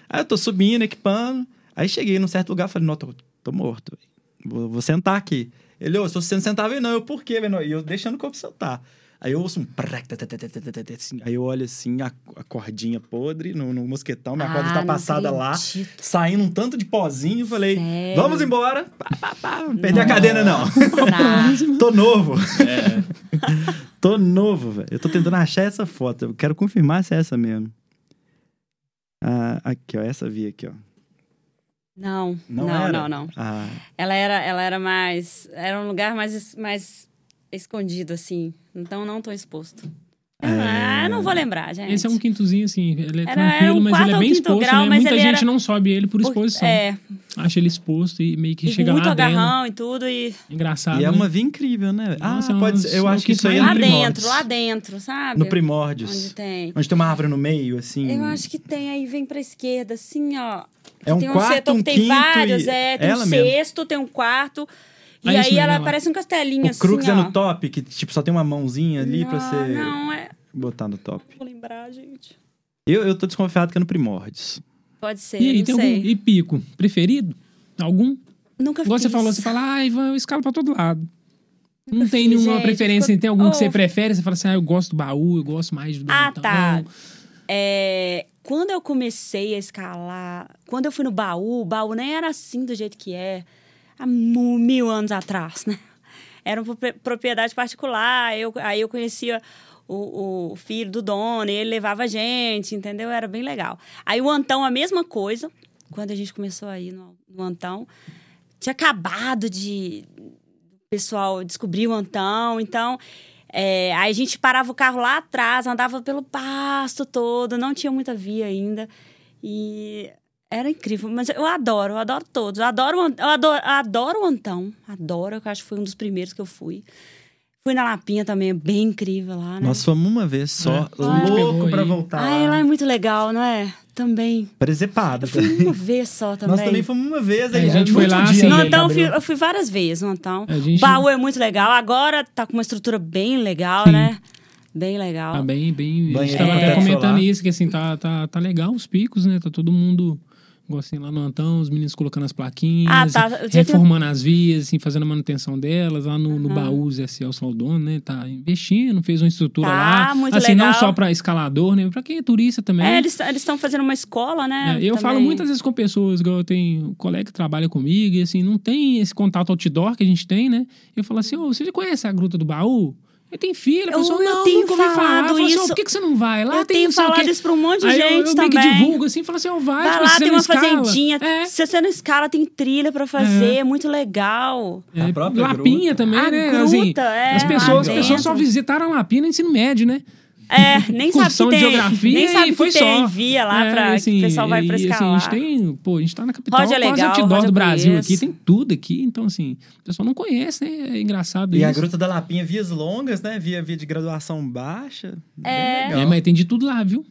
Aí eu tô subindo, equipando. Aí cheguei num certo lugar, falei, não, tô, tô morto. Vou, vou sentar aqui. Ele, ô, se você não sentava aí, não. Eu, por quê, menor? E eu deixando o corpo sentar. Aí eu ouço um... prac, tá, tá, tá, tá, tá, tá, tá, assim. Aí eu olho assim, a, a cordinha podre no, no mosquetão, minha corda Ah, tá não passada lá acredito. saindo um tanto de pozinho. eu Falei, Sério? vamos embora. Pá, pá, pá. Não Perdi a cadeira, não. Tá. (laughs) Tô novo. (laughs) Tô novo, velho. Eu tô tentando achar essa foto. Eu quero confirmar se é essa mesmo. Ah, aqui, ó. Essa via aqui, ó. Não, Não não, não, era? não, Ah, Ela era, ela era mais, era um lugar mais, es- mais escondido assim, então não tô exposto. É. Ah, não vou lembrar, gente. Esse é um quintozinho, assim, ele é Era- era tranquilo, o mas ele quarto é ou bem quinto exposto, grau, né? mas Muita ele gente era- não sobe ele por exposição. É, Acha ele exposto e meio que e chega com muito lá adentro. agarrão e tudo e Engraçado, e é né? uma via incrível, né? Ah, Nossa, é pode um- ser. Eu é um acho que isso aí é no lá quintal. Primórdios. dentro, lá dentro, sabe? No Primórdios. Onde tem. Onde tem uma árvore no meio, assim. Eu acho que tem aí vem pra esquerda assim, ó. É um tem quarto, setor um que tem quinto vários, e- é, tem ela um mesmo. sexto, tem um quarto. E Ah, isso aí mesmo, ela ela. parece um castelinho O assim, Crux ó. é no top, que tipo, só tem uma mãozinha ali pra Não, você Não, é, botar no top. Vou lembrar, gente. Eu, eu tô desconfiado que é no Primórdios. Pode ser, E aí, não tem sei. algum e pico preferido? Algum? Nunca Igual você fiz. falou, você fala, ah, Ivan, eu escalo pra todo lado. Não tem fiz, nenhuma gente, preferência, ficou- tem algum que você Oh. prefere? Você fala assim, ah, eu gosto do baú, eu gosto mais do Ah, então. tá. É, quando eu comecei a escalar, quando eu fui no baú, o baú nem era assim do jeito que é há mu- mil anos atrás, né? Era uma prope- propriedade particular, eu, aí eu conhecia o, o filho do dono, e ele levava a gente, entendeu? Era bem legal. Aí o Antão, a mesma coisa, quando a gente começou aí no, no Antão, tinha acabado de o pessoal descobrir o Antão, então é, aí a gente parava o carro lá atrás, andava pelo pasto todo, não tinha muita via ainda. E era incrível. Mas eu adoro, eu adoro todos. Eu adoro, o An- eu adoro, eu adoro o Antão. Adoro, eu acho que foi um dos primeiros que eu fui. Fui na Lapinha também, é bem incrível lá, né? Nós fomos uma vez só. É. Louco Ah, pra é. voltar. Ai, lá é muito legal, não é? Também. Presepado. Eu fui uma vez só também. Nós também fomos uma vez. É, Aí, a gente no foi último lá, dia, assim, né, No Ele Antão, eu fui, Gabriel? eu fui várias vezes no Antão. A gente- Baú é muito legal. Agora tá com uma estrutura bem legal, Sim. né? Bem legal. Tá bem, bem. A Banheiro, gente tava até teto comentando solar. isso, que assim, tá, tá, tá legal os picos, né? Tá todo mundo. igual Assim, lá no Antão, os meninos colocando as plaquinhas, Ah, tá. Eu tinha- reformando as vias, assim, fazendo a manutenção delas. Lá no, no baú, Zé Ciel Saldon, né? Tá investindo, fez uma estrutura Tá, lá. muito assim, não legal. só pra escalador, né? Pra quem é turista também. É, eles estão fazendo uma escola, né? É, eu falo também. muitas vezes com pessoas, igual eu tenho um colega que trabalha comigo, e assim, não tem esse contato outdoor que a gente tem, né? Eu falo assim, ô, você já conhece a Gruta do Baú? Eu tenho filha, a Eu- pessoa, eu não, tenho nunca ouvi falar. Eu falado falo assim, ô, isso. por que, que você não vai? Lá Eu tem tenho não sei o falado quê. isso pra um monte de Aí eu- gente eu, meio também. que divulgo, assim, falo assim, ô, vai, Vai tipo, lá, você tem não uma escala. fazendinha. É, Se você não escala, tem trilha pra fazer. É muito legal. A é, própria Lapinha gruta. também, A né? gruta, Assim, é, as lá pessoas, as pessoas dentro. só visitaram a Lapinha no ensino médio, né? É, nem sabe que Cursão de tem. geografia nem sabe e que foi tem só. via lá É, pra assim, que o pessoal vai e, pra assim, escalar. a gente tem, pô, a gente tá na capital Roger é quase legal, outdoor Roger do eu Brasil conheço. aqui, tem tudo aqui, então assim, o pessoal não conhece, né? É engraçado E isso. a Gruta da Lapinha, vias longas, né? Via, via de graduação baixa. É. Bem legal. É, mas tem de tudo lá, viu?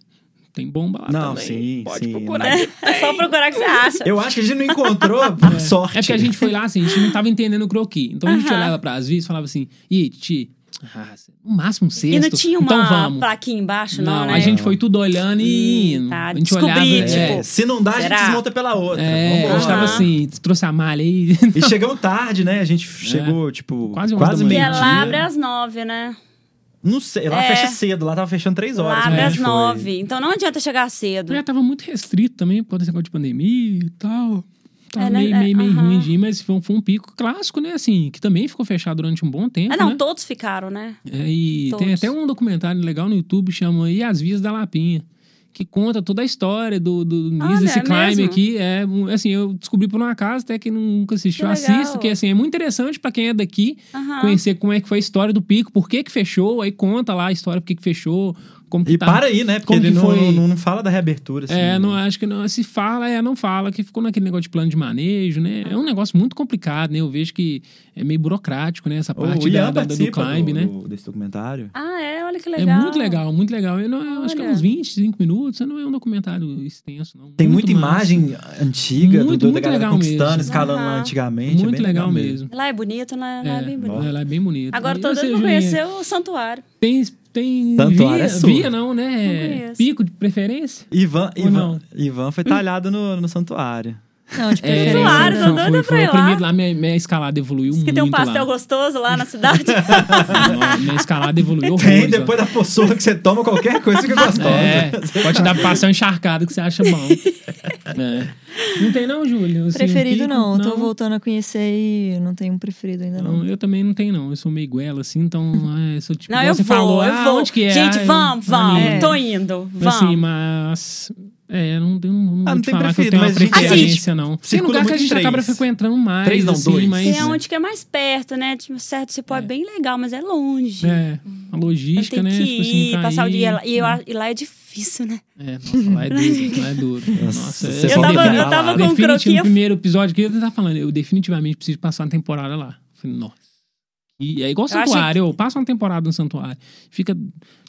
Tem bomba lá Ah, Não, também. sim, Pode sim. procurar. (laughs) (laughs) É só procurar que você acha. Eu acho que a gente não (laughs) encontrou, por sorte. É porque a gente foi lá, assim, a gente não tava entendendo o croqui. Então a gente Aham. olhava pras vias e falava assim, e Titi, ah, no máximo um sexto, E não tinha uma então vamos. plaquinha embaixo, não, Não, né? a gente foi tudo olhando e Hum, indo. tá, a gente descobri, olhava, É, é, tipo, se não dá, a gente será? desmonta pela outra. é, a Vamos gente tava lá. Aham. assim, trouxe a malha aí. E chegamos tarde, né? A gente chegou, tipo, Quase quase, onze da Porque manhã. meio ela abre dia. é às nove, né? Não sei, lá É. fecha cedo. Lá tava fechando três horas. né? Lá quando abre a às gente foi. nove. Então não adianta chegar Eu cedo. Já É, tava muito restrito também, por esse negócio de pandemia e tal. Tava É, né? meio, É, meio, meio aham. ruim de ir, mas foi um, foi um pico clássico, né? Assim, que também ficou fechado durante um bom tempo. Ah, não, né? todos ficaram, né? É, e tem todos. até um documentário legal no YouTube, chama E as Vias da Lapinha. que conta toda a história do, do Olha, Mrs. é Climb mesmo? aqui. É, um, assim, eu descobri por um acaso, até quem nunca assistiu, Que legal. Ah. assista, que assim, é muito interessante pra quem é daqui Aham. conhecer como é que foi a história do pico, por que que fechou, aí conta lá a história, por que que fechou, como que E tá. para aí, né? Porque Como ele que não, foi? não, não fala da reabertura. Assim, É, né? não, acho que não. Se fala, é, não fala, que ficou naquele negócio de plano de manejo, né? É um negócio muito complicado, né? Eu vejo que é meio burocrático, né? Essa O parte da, Ian da- do participa climb, do- né? do- desse documentário. Ah, é? Olha que É legal. muito legal, muito legal. Eu, não, eu acho que é Olha. uns 25 minutos, não é um documentário extenso, não. Tem Muito muita massa. imagem antiga do- Muito, do, da muito galera legal conquistando, mesmo. escalando lá Aham. antigamente. é Muito bem legal mesmo. Lá é bonito, lá, lá é, bem bonito. Ela é bem bonita. Agora E todo você, mundo Julinha? conheceu o santuário. Tem, tem Santuário via, é sua. via não, Não né? conheço. Pico de preferência? Ivan, Ou Ivan, não? Ivan foi talhado no, no santuário. Não, de É, preferência. Claro, não. tô foi- doida foi pra o ir primeiro lá. lá, minha, minha escalada evoluiu Diz muito que tem um pastel lá. gostoso lá (laughs) na cidade. Não, minha escalada (laughs) evoluiu Tem, horrores, ó. depois da poçola que você toma, qualquer coisa (laughs) que gostosa. É, pode te dar pastel encharcado que você (laughs) acha bom. É. Não tem não, Júlio? Assim, Preferido pico, não, eu tô voltando a conhecer e não tenho um preferido ainda não. Não, eu também não tenho, não. Eu sou meio goela, assim, então. É, sou tipo, Não, igual eu você vou, falou, eu ah, vou. onde que é? Gente, Ah, eu- vamos, vamos. ali. Tô indo, Mas, Assim, vamos. mas. É, eu não, eu não, não Ah, vou não te tem falar preferido, que eu tenho mas uma a gente- preferência, Assim, não. Tem circula lugar que a muito gente acaba três. frequentando mais. Três, não, assim, dois. Mas, Tem aonde que é mais perto, né? Tipo, certo, você pode é bem legal, mas é longe. É, a Então logística, tem né? que tipo assim, ir, pra passar o ir, né? dia lá. E, eu- e lá é difícil, né? É, nossa, lá é duro, lá é duro. você Nossa, só é- Eu tava- definir eu lá. tava com o Definitivo, um croquinha- No primeiro episódio que ele tava falando, eu definitivamente preciso passar uma temporada lá. Falei, nossa. E é igual Eu achei santuário, eu passo uma temporada no santuário. Fica,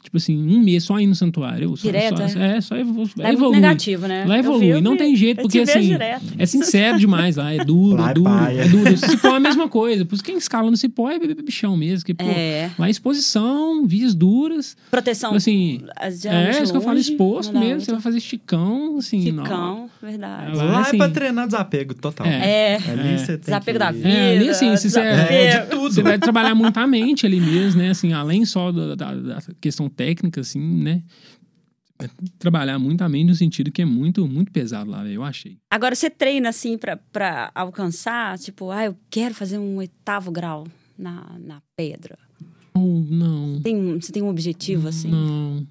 tipo assim, um mês só indo no santuário. eu Só, Direto, só, é, só evo- Lá é muito evolui. negativo, né? Lá Eu evolui, vi, eu não vi. tem jeito, Eu porque, te vejo assim, direto. É sincero demais lá, é duro, Lá é é duro, paia. é duro. Cipó é a mesma coisa, por isso quem escala no cipó é bichão mesmo, que, pô, É. lá é exposição, vias duras, Proteção. assim, as- de é, longe, isso que eu falo, exposto uma da mesmo, você vai outra. fazer esticão, assim, não. Chicão, verdade. Lá, Lá é assim, pra treinar desapego total. É. É. Ali É. você tem Desapego que- da vida. É, ali assim, se você É, é, de tudo. Você vai trabalhar muito a mente ali mesmo, né? Assim, além só da, da- da questão técnica, assim, né? É Trabalhar muito a mente no sentido que é muito, muito pesado lá, velho, eu achei. Agora, você treina, assim, pra, pra alcançar? Tipo, ah, eu quero fazer um oitavo grau na, na pedra. Ou não, Tem, um- você tem um objetivo, assim? não.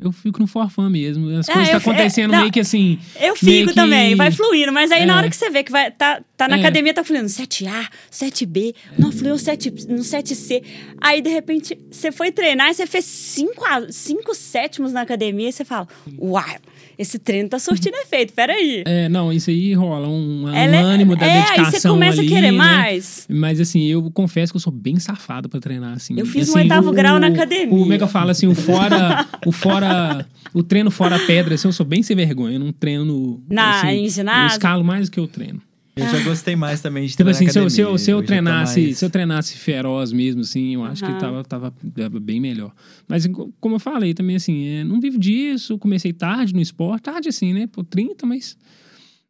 Eu fico no forfã mesmo. As É, coisas eu estão fi- é, acontecendo não. meio que assim. Eu Meio fico que- também, vai fluindo. Mas aí, É. na hora que você vê que vai, tá, tá na É. academia, tá fluindo 7A, 7B, não fluiu 7, no 7C. Aí, de repente, você foi treinar e você fez 5 a- 5 sétimos na academia e você fala, uau, esse treino tá surtindo (laughs) efeito, peraí. É, não, isso aí rola um, um Ela ânimo da é, dedicação. aí você começa ali, a querer né? mais. Mas assim, eu confesso que eu sou bem safado pra treinar assim. Eu fiz um assim, oitavo o- grau na o- academia. O, como é que eu falo assim, o fora, o fora, o treino fora pedra, assim, eu sou bem sem vergonha, eu não treino Na- assim, em ginásio? Eu escalo mais do que assim, eu treino. Eu já gostei mais também de Tipo treinar assim, se eu, se eu, academia. se eu já tô treinasse, mais- se eu treinasse feroz mesmo assim, eu acho que tava, tava, tava bem melhor. Mas co- como eu falei também assim, é, não vivo disso, comecei tarde no esporte, tarde assim, né, pô, 30, mas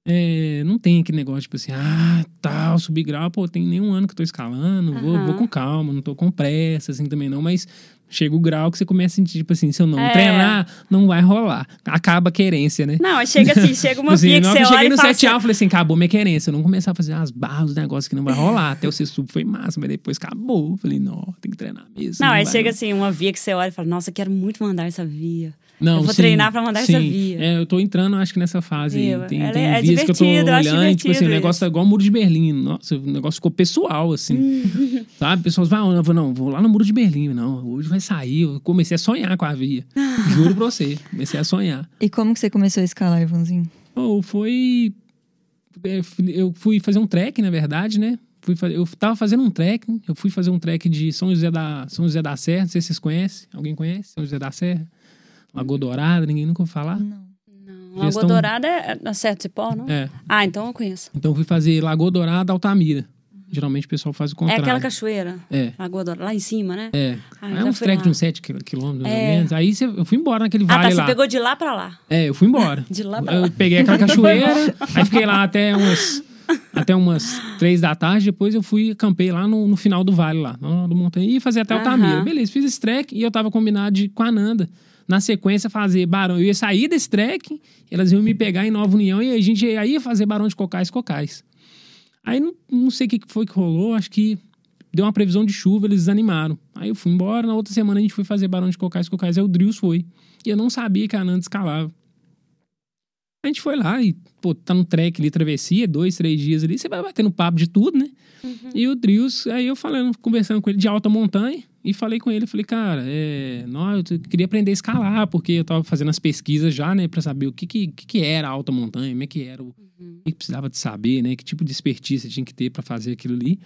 é, não tem aquele negócio, tipo assim, ah, tal, subir grau, pô, tem nenhum ano que eu tô escalando, vou, Aham. vou com calma, não tô com pressa, assim, também não, mas chega o grau que você começa a sentir, tipo assim, se eu não É. treinar, não vai rolar. Acaba a querência, né? Não, aí chega assim, chega (laughs) uma assim, via que na hora você que eu olha cheguei e no fala 7 assim, a eu falei assim, acabou minha querência. Eu não começar a fazer as barras, os negócios que não vai rolar. Até o sexto sub foi massa, mas depois acabou. Eu falei, não, tem que treinar mesmo. Não, aí vai, chega assim, uma via que você olha e fala, nossa, eu quero muito mandar essa via. Não, Eu vou sim, treinar pra mandar sim. essa via. É, eu tô entrando, acho que nessa fase. aí. Viu? Tem, Ela tem é- é vias que eu tô divertido, eu acho olhando, tipo assim, o divertido negócio isso. tá igual o Muro de Berlim. Nossa, o negócio ficou pessoal, assim. Uhum. Sabe? Pessoas vão, "Ah, eu vou, não, vou lá no Muro de Berlim. Não, hoje vai sair. Eu comecei a sonhar com a (laughs) via. Juro pra você. Comecei a sonhar. E como que você começou a escalar, Ivanzinho? Ou foi. é, fui- Eu fui fazer um trek, na verdade, né? Fui fa- Eu tava fazendo um trek, eu fui fazer um trek de São José da, São José da Serra, não sei se vocês conhecem. Alguém conhece São José da Serra? Lagoa Dourada, ninguém nunca ouviu falar. Não. Não, Lagoa Gestão- Dourada é é certo cipó, não? É. Ah, então eu conheço. Então eu fui fazer Lagoa Dourada, Altamira. Geralmente o pessoal faz o É contrário. aquela cachoeira, É. Lagoa Dourada, lá em cima, né? É. Ah, Aí já é uns fui trek lá. de uns 7 quilômetros, mais É. ou menos. Aí cê- eu fui embora naquele Ah, vale tá, você lá. pegou de lá (laughs) pra lá. É, eu fui embora. (laughs) De lá pra lá. Eu peguei (laughs) aquela cachoeira, aí fiquei lá até umas, até umas três da tarde. Depois eu fui, acampei lá no, no final do vale, lá, no, do montanha, e fazer até o Tamira. Aham. Beleza, fiz esse trek e eu tava combinado de, com a Nanda. Na sequência, fazer Barão. Eu ia sair desse trek, elas iam me pegar em Nova União e a gente ia- aí ia fazer Barão de Cocais, Cocais. Aí não, não sei o que que foi que rolou, acho que deu uma previsão de chuva, eles desanimaram. Aí eu fui embora, na outra semana a gente foi fazer Barão de Cocais, Cocais, aí o Drius foi. E eu não sabia que a Nanda escalava. A gente foi lá e, pô, tá no trek ali, travessia, dois, três dias ali, você vai batendo papo de tudo, né? E o Drius, aí eu falando, conversando com ele de alta montanha, e falei com ele, falei, cara, é, não, eu t- queria aprender a escalar, porque eu tava fazendo as pesquisas já, né, pra saber o que que, que que era a alta montanha, como é que era, o o que que precisava de saber, né, que tipo de expertise tinha que ter pra fazer aquilo ali.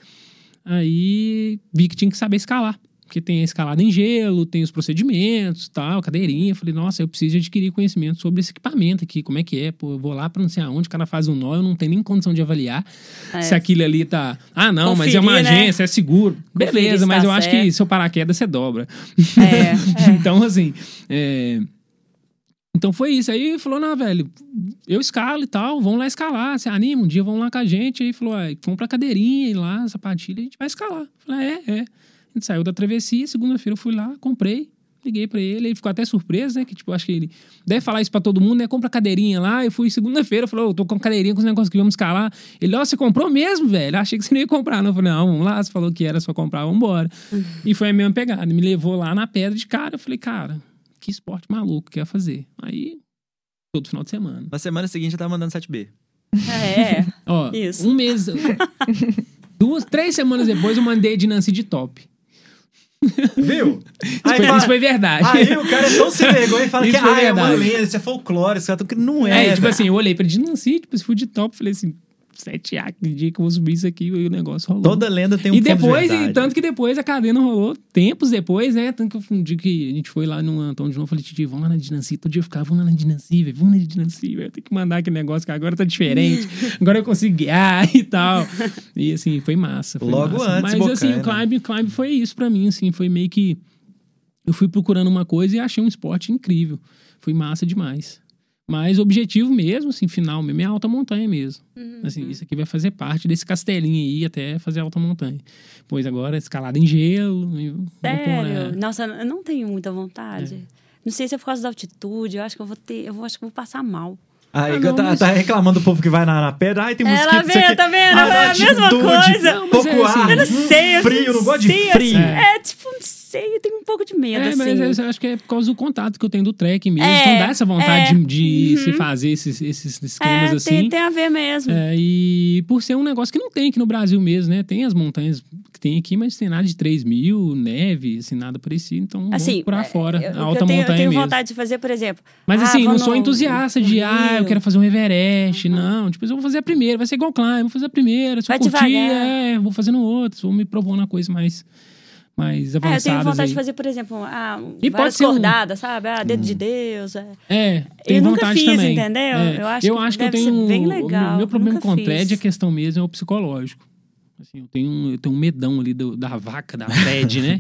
Aí vi que tinha que saber escalar, porque tem a escalada em gelo, tem os procedimentos, tal, cadeirinha. Falei, nossa, eu preciso adquirir conhecimento sobre esse equipamento aqui, como é que é, pô, eu vou lá pra não sei aonde, o cara faz um nó, eu não tenho nem condição de avaliar É. se aquilo ali tá. Ah, não, mas é uma Conferir, né? agência, é seguro. Conferir Beleza, se mas tá eu acho certo. que seu paraquedas você dobra. É. (laughs) Então, assim. é, Então foi isso. Aí falou: não, velho, eu escalo e tal, vamos lá escalar. Você anima, um dia vão lá com a gente. Aí falou: "Ai, vamos pra cadeirinha e lá, sapatilha, a gente vai escalar. Eu Falei, é, é. A gente saiu da travessia, segunda-feira eu fui lá, comprei, liguei pra ele, ele ficou até surpreso, né? Que tipo, acho que ele deve falar isso pra todo mundo, né? Compra cadeirinha lá. Eu fui segunda-feira, falou, eu tô com cadeirinha com os negócios que vamos escalar. Ele, ó, você comprou mesmo, velho? Achei que você não ia comprar. Não, eu falei, não, vamos lá, você falou que era só comprar, vambora. e foi a mesma pegada. Me levou lá na pedra de cara, eu falei, cara, que esporte maluco que eu ia fazer. Aí, todo final de semana. Na semana seguinte eu tava mandando 7B. (laughs) É. Ó, Isso. um mês. (laughs) duas, três semanas depois eu mandei de Nancy de top. Viu? Isso, foi, fala- isso foi verdade. Aí o cara é tão sem vergonha e fala Isso que foi ah, é uma verdade. lenda, isso é folclore, isso é tudo que não é. (laughs) É, tipo velho. assim, eu olhei pra ele, Nancy, tipo, se fui de top, falei assim, 7A, que dia que eu vou subir isso aqui, e o negócio rolou. Toda lenda tem um e fundo de depois, e verdade. tanto que depois a cadeia não rolou, tempos depois, né? Tanto que eu fundi que a gente foi lá no Antônio de novo, falei, Titi, vamos lá na Dinancy, todo dia eu ficava, vamos lá na Dinancy, velho, vamos na Dinancy, velho, tem que mandar aquele negócio que agora (laughs) tá diferente, agora eu consigo guiar (laughs) e tal. E assim, foi massa. foi Logo massa. antes, Mas assim, o Bocaina. climb, climb foi isso pra mim, assim, foi meio que. Eu fui procurando uma coisa e achei um esporte incrível. Foi massa demais. Mas o objetivo mesmo, assim, final mesmo, é a alta montanha mesmo. Uhum. Assim, isso aqui vai fazer parte desse castelinho aí até fazer a alta montanha. Pois agora, escalada em gelo. e vou pôr, né? Sério? Nossa, eu não tenho muita vontade. Não sei se é por causa da altitude, eu acho que eu vou ter, eu vou- acho que eu vou passar mal. Aí Ah, que eu não, tá, mas- tá reclamando do povo que vai na, na pedra. Ai, tem mosquito, Ela isso aqui. vendo, tá vendo? Ah, é a mesma altitude, coisa. Não, mas Pouco é assim, ar. Eu não hum, sei, eu Frio, não não gosto de sei, frio. assim, É, tipo, não sei, eu tenho um pouco de medo, É, assim. mas eu acho que é por causa do contato que eu tenho do trek mesmo. É, então dá essa vontade é. de, de se fazer esses, esses É, esquemas tem, assim. tem a ver mesmo. É, e por ser um negócio que não tem aqui no Brasil mesmo, né? Tem as montanhas que tem aqui, mas tem nada de 3 mil, neve, assim, nada parecido. Então, Assim, vamos procurar é, fora, eu, o que a alta eu tenho, montanha eu tenho mesmo. vontade de fazer, por exemplo. Mas ah, assim, vou não sou no- entusiasta no de, ah, eu Rio. quero fazer um Everest. Não, tipo, eu vou fazer a primeira, vai ser igual climb, vou fazer a primeira. Se eu Vai curtir, devagar. é, vou fazendo outro, vou me propondo a coisa mais, mais É, eu avançada. assim. tenho vontade de fazer, por exemplo, ah, E pode várias ser um- Hum. cordadas, sabe? Ah, dedo de Deus. é. É, tem Eu nunca vontade fiz, também. entendeu? É, Eu acho que eu deve tenho. ser bem o legal. Meu, meu problema Nunca com o fiz. TED, a questão mesmo é o psicológico. Assim, eu tenho, um- eu tenho um medão ali do- da vaca, da TED, (laughs) né?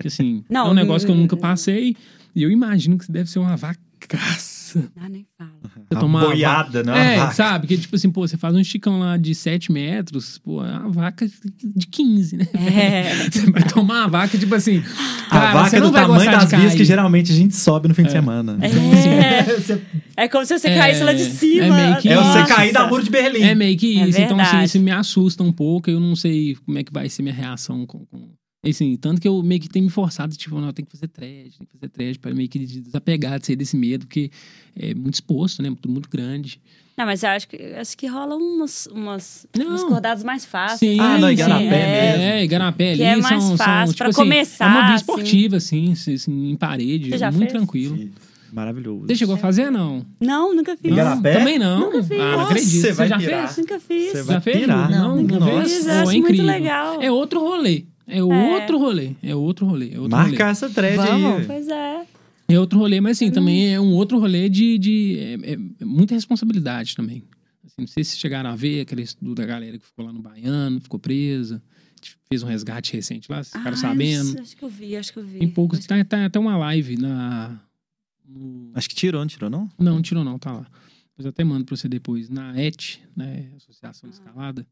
Que assim, Não, é um negócio que eu hum, nunca passei. E eu imagino que deve ser uma vacaça. Ah, nem (laughs) fala. Você Uma tomar uma Tá boiada, né? Uma É, vaca. sabe? Que tipo assim, pô, você faz um esticão lá de 7 metros, pô, é uma vaca de 15, né? (laughs) É. Você vai tomar uma vaca, tipo assim. A cara, vaca você é não do vai tamanho gostar de das vias que cair. geralmente a gente sobe no fim de semana. É. Você- É como se você É, caísse lá de cima. é meio que- É você Nossa. cair da muro de Berlim. É meio que É isso. então, assim, verdade. isso me assusta um pouco. Eu não sei como é que vai ser minha reação com. com... Assim, tanto que eu meio que tenho me forçado, tipo, não, eu tenho que fazer thread, tenho que fazer thread, pra meio que desapegar de ser desse medo, porque é muito exposto, né? Muito, muito grande. Não, mas eu acho que, acho que rola umas, umas, Não. umas cordadas mais fáceis. Sim, Ah, não, sim. Igarapé é, mesmo. É, Igarapé ali. Que é mais são, são, fácil tipo pra assim, começar, É uma via assim. esportiva, assim, assim, assim, em parede, Você já muito fez? tranquilo. Maravilhoso. Você chegou a fazer, não? Não, nunca fiz. Igarapé. Também não. Nunca fiz. Ah, não Nossa, acredito. você vai já pirar. fez? Nunca fiz. Você Já vai fez? pirar. Não, Não, nunca nossa. fez? Eu acho Pô, é muito incrível. legal. É outro rolê. É, outro rolê. É outro rolê. É outro Marca rolê. essa thread Vamos. aí. Pois é. É outro rolê, mas Uhum. assim, também é um outro rolê de, de é- é muita responsabilidade também. Assim, não sei se chegaram a ver aquele estudo da galera que ficou lá no Baiano, ficou presa, fez um resgate recente lá, vocês ficaram Ah, sabendo. eu Acho que eu vi, acho que eu vi. Em poucos. Acho Tá, tá até uma live na. (laughs) no- Acho que tirou, não tirou, não? Não, não tirou não, tá lá. Mas eu até mando pra você depois. Na ET, né? Associação de Escalada,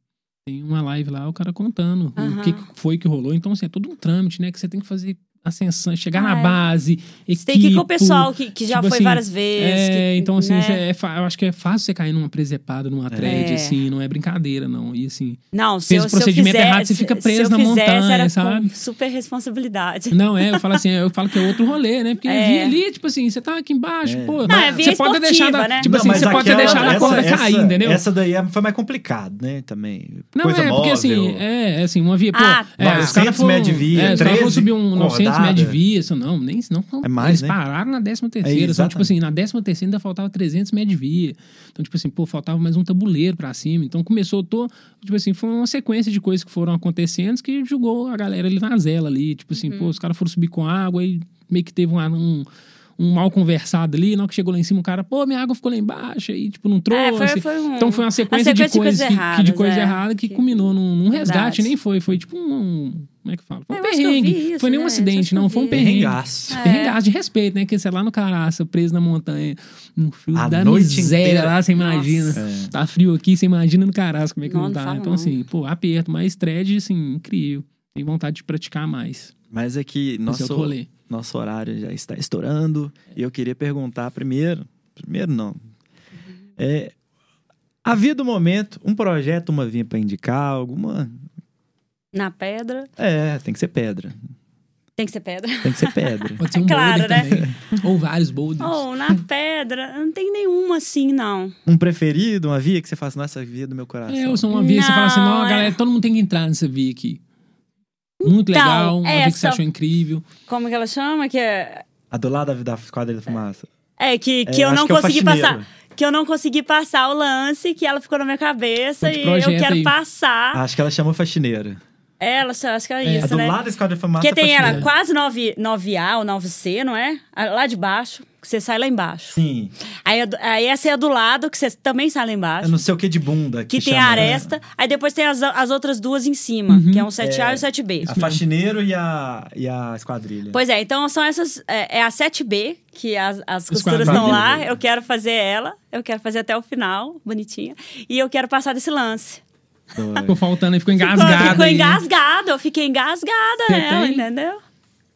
tem uma live lá, o cara contando o Ah. Aham. que que foi que rolou. Então, assim, é todo um trâmite, né? Que você tem que fazer ascensão, chegar na Ah, é. base. Equipo, Você tem que ir com o pessoal que, que já tipo foi assim, várias vezes. É, que- então, assim, né? isso é, é fa- eu acho que é fácil você cair numa presepada, numa thread, É. assim, não é brincadeira, não. E assim, Não, se fez eu, o se eu procedimento fizesse- errado, você fica se preso eu na fizesse, montanha, era com sabe? super responsabilidade. não é, eu falo assim, eu falo que é outro rolê, né? Porque É. vir ali, tipo assim, você tá aqui embaixo, É. pô. Não, mas é via você pode ter esportiva, deixado, a- né? tipo Não, assim, mas você pode ter aquela- deixado a essa- corda cair, essa- entendeu? Essa daí é- foi mais complicado, né? Também. Não, Coisa é, móvel. porque assim, é, assim, uma via, pô, Ah, é, tá. os caras 900 foram, metros de via, é, os caras foram 13 subir um 900 rodada. metros de via, isso não, nem isso não. É mais, eles né? pararam na 13 É, terceira, só exatamente. tipo assim, na 13 terceira ainda faltava 300 metros de via. Então, tipo assim, pô, faltava mais um tabuleiro pra cima. Então, começou, tô, tipo assim, foi uma sequência de coisas que foram acontecendo que jogou a galera ali na zela ali, tipo assim, Uhum. pô, os caras foram subir com água e meio que teve um... um um mal conversado ali, na hora que chegou lá em cima, o cara, pô, minha água ficou lá embaixo, aí, tipo, não trouxe. É, foi, foi um... Então foi uma sequência, sequência de de coisas coisas que- que, de erradas, coisa é. errada que Que- culminou num, num resgate, Verdade. nem foi, foi tipo um, como é que fala? Foi um Eu acho que eu vi perrengue, isso, foi nem um né? Acho acidente, que eu não, foi um vi. perrengue. Perrengaço. É. Perrengaço de respeito, né? Que você lá no caraça, preso na montanha, no frio A da noite miséria inteira. lá, você imagina. Nossa. É. Tá frio aqui, você imagina no caraça como é que não, Não, não tá. fala então não. assim, pô, aperto, mas thread, assim, incrível. Tem vontade de praticar mais. Mas é que Nossa, Esse é o nosso, rolê. nosso horário já está estourando. E eu queria perguntar primeiro. Primeiro não. É, a vida do momento, um projeto, uma vinha para indicar, alguma. Na pedra. É, tem que ser pedra. Tem que ser (laughs) pedra. Tem que ser pedra. Pode ser um claro, boulder né? também. Ou vários boulders. Ou Oh, na pedra. Não tem nenhuma assim, não. um preferido, uma via que você faça nessa via do meu coração. É, eu sou uma via que você fala assim, Não, não, é- Então, galera, todo mundo tem que entrar nessa via aqui. Muito legal, uma via que você essa- achou incrível. Como que ela chama? Que é... A do lado da, da quadra da fumaça. É, que, que É, eu acho não que é o consegui faxineiro. passar. Que eu não consegui passar o lance, que ela ficou na minha cabeça Muito e eu projeto quero aí. passar. Acho que ela chamou faxineira. Ela, acho que é, É, a isso, Ah. do né? lado da esquadra da fumaça. é Porque tem ela faxineira. quase 9, 9A ou 9C, não é? Ah, Lá de baixo, que você sai lá embaixo. Sim. Aí, a do- aí essa é a do lado, que você também sai lá Eu embaixo. não sei o que de bunda. Que, tem chama, a né? Uhum. aresta. Aí depois tem as, as outras duas em cima, que é um 7A e um 7B. A faxineiro e a, e a esquadrilha. Pois é, então são essas. É, é a 7B, que as, as Os costuras quadradinhos. estão lá. Eu quero fazer ela, eu quero fazer até o final, bonitinha. E eu quero passar desse lance. Ficou Doido. faltando, aí ficou Ficou- engasgado. Ficou aí. engasgado, eu fiquei engasgada Você nela, tem? entendeu?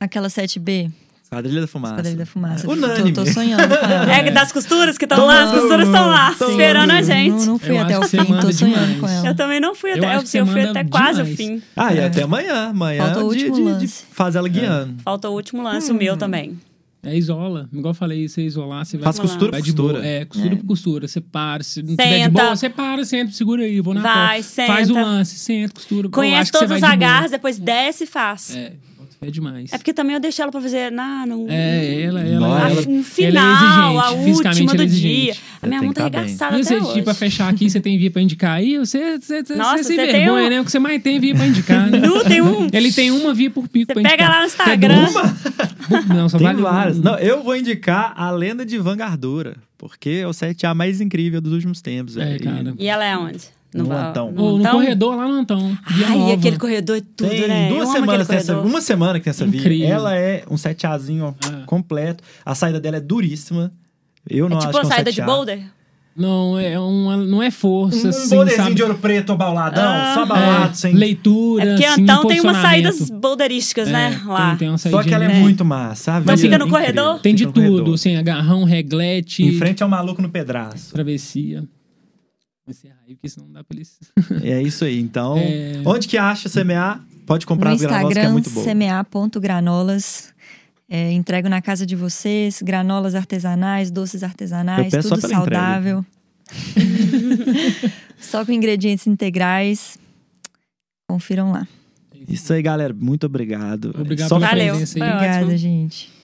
Aquela 7B, Esquadrilha da fumaça. Esquadrilha da Fumaça. Unânime. Tô, tô sonhando com ela. É, das costuras que estão lá, as Todo costuras estão lá, mundo, todo esperando a mundo. gente. Não, não fui Eu até acho o que você fim, tô é manda sonhando demais. com ela. Eu também não fui Eu até. acho Eu, que você eu fui manda até quase o demais. fim. Ah, e É. até amanhã. Amanhã Falta o de, último de- de lance. faz ela guiando. Falta o último lance, o Hum. meu também. É, isola. Igual eu falei, você isolar, você vai... Faz Vamos costura vai por de boa. costura. É, costura por costura. Você para, se não tiver de Senta. boa, você para, senta, segura aí, vou na Vai, porta. Faz o senta. lance, senta, costura. Eu acho Conhece que você todos os vai de boa. agarros, depois desce e faz. É. É, é demais. porque também eu deixei ela pra fazer. na no, É, ela, ela, Nossa. ela, a- ela, no é um final, exigente. a Fisicamente, última ela do é dia. exigente. A minha Tem mão que tá tá bem. arregaçada E até você, hoje. tipo, pra fechar aqui, você tem via pra indicar aí? Você, você, você, Nossa, você se você tem vergonha, um- né? O que você mais tem é via pra indicar, (laughs) né? Nu, tem um. Ele tem uma via por pico Você pra pega indicar. lá no Você tem Instagram. duas? Bu- Não, só Tem vale várias. um. Não, eu vou indicar a lenda de Vangardura. Porque é o 7A mais incrível dos últimos tempos. É, velho. cara. E ela é onde? No ba- Antão. Ou no Antão? corredor lá no Antão. Via Então- Ai, nova. aquele corredor é tudo, Tem né? duas eu amo aquele semanas tem essa, corredor. É uma semana que tem essa via. Incrível. Ela é um 7Azinho Ah. completo. A saída dela é duríssima. Eu não É acho que tipo é a um saída de 7A. boulder? Não, é uma, não é força, Um assim, bonezinho sabe? de assim. ouro preto abauladão, Ah. só É, balado, sem... leitura, É porque assim, Antão tem umas posicionamento. saídas boulderísticas, É, né? tem- Lá. Tem, uma Só que ela é saidinha. muito massa. a Então via fica é no incrível. corredor? Tem de Fica no tudo, corredor. assim, agarrão, reglete, Em frente ao maluco no pedraço. travessia. Esse raio que senão não dá pra eles... É isso aí, então... É. Onde que acha o CMA? Pode comprar No as gravosas, que é Instagram, muito boa. cma.granolas. É, entrego na casa de vocês, granolas artesanais, doces Eu artesanais, peço só tudo pela entrega. saudável. (laughs) só com ingredientes integrais. Confiram lá. Isso aí, galera. Muito obrigado. Obrigado Só pela Valeu. presença aí. É Foi ótimo. Obrigada, gente.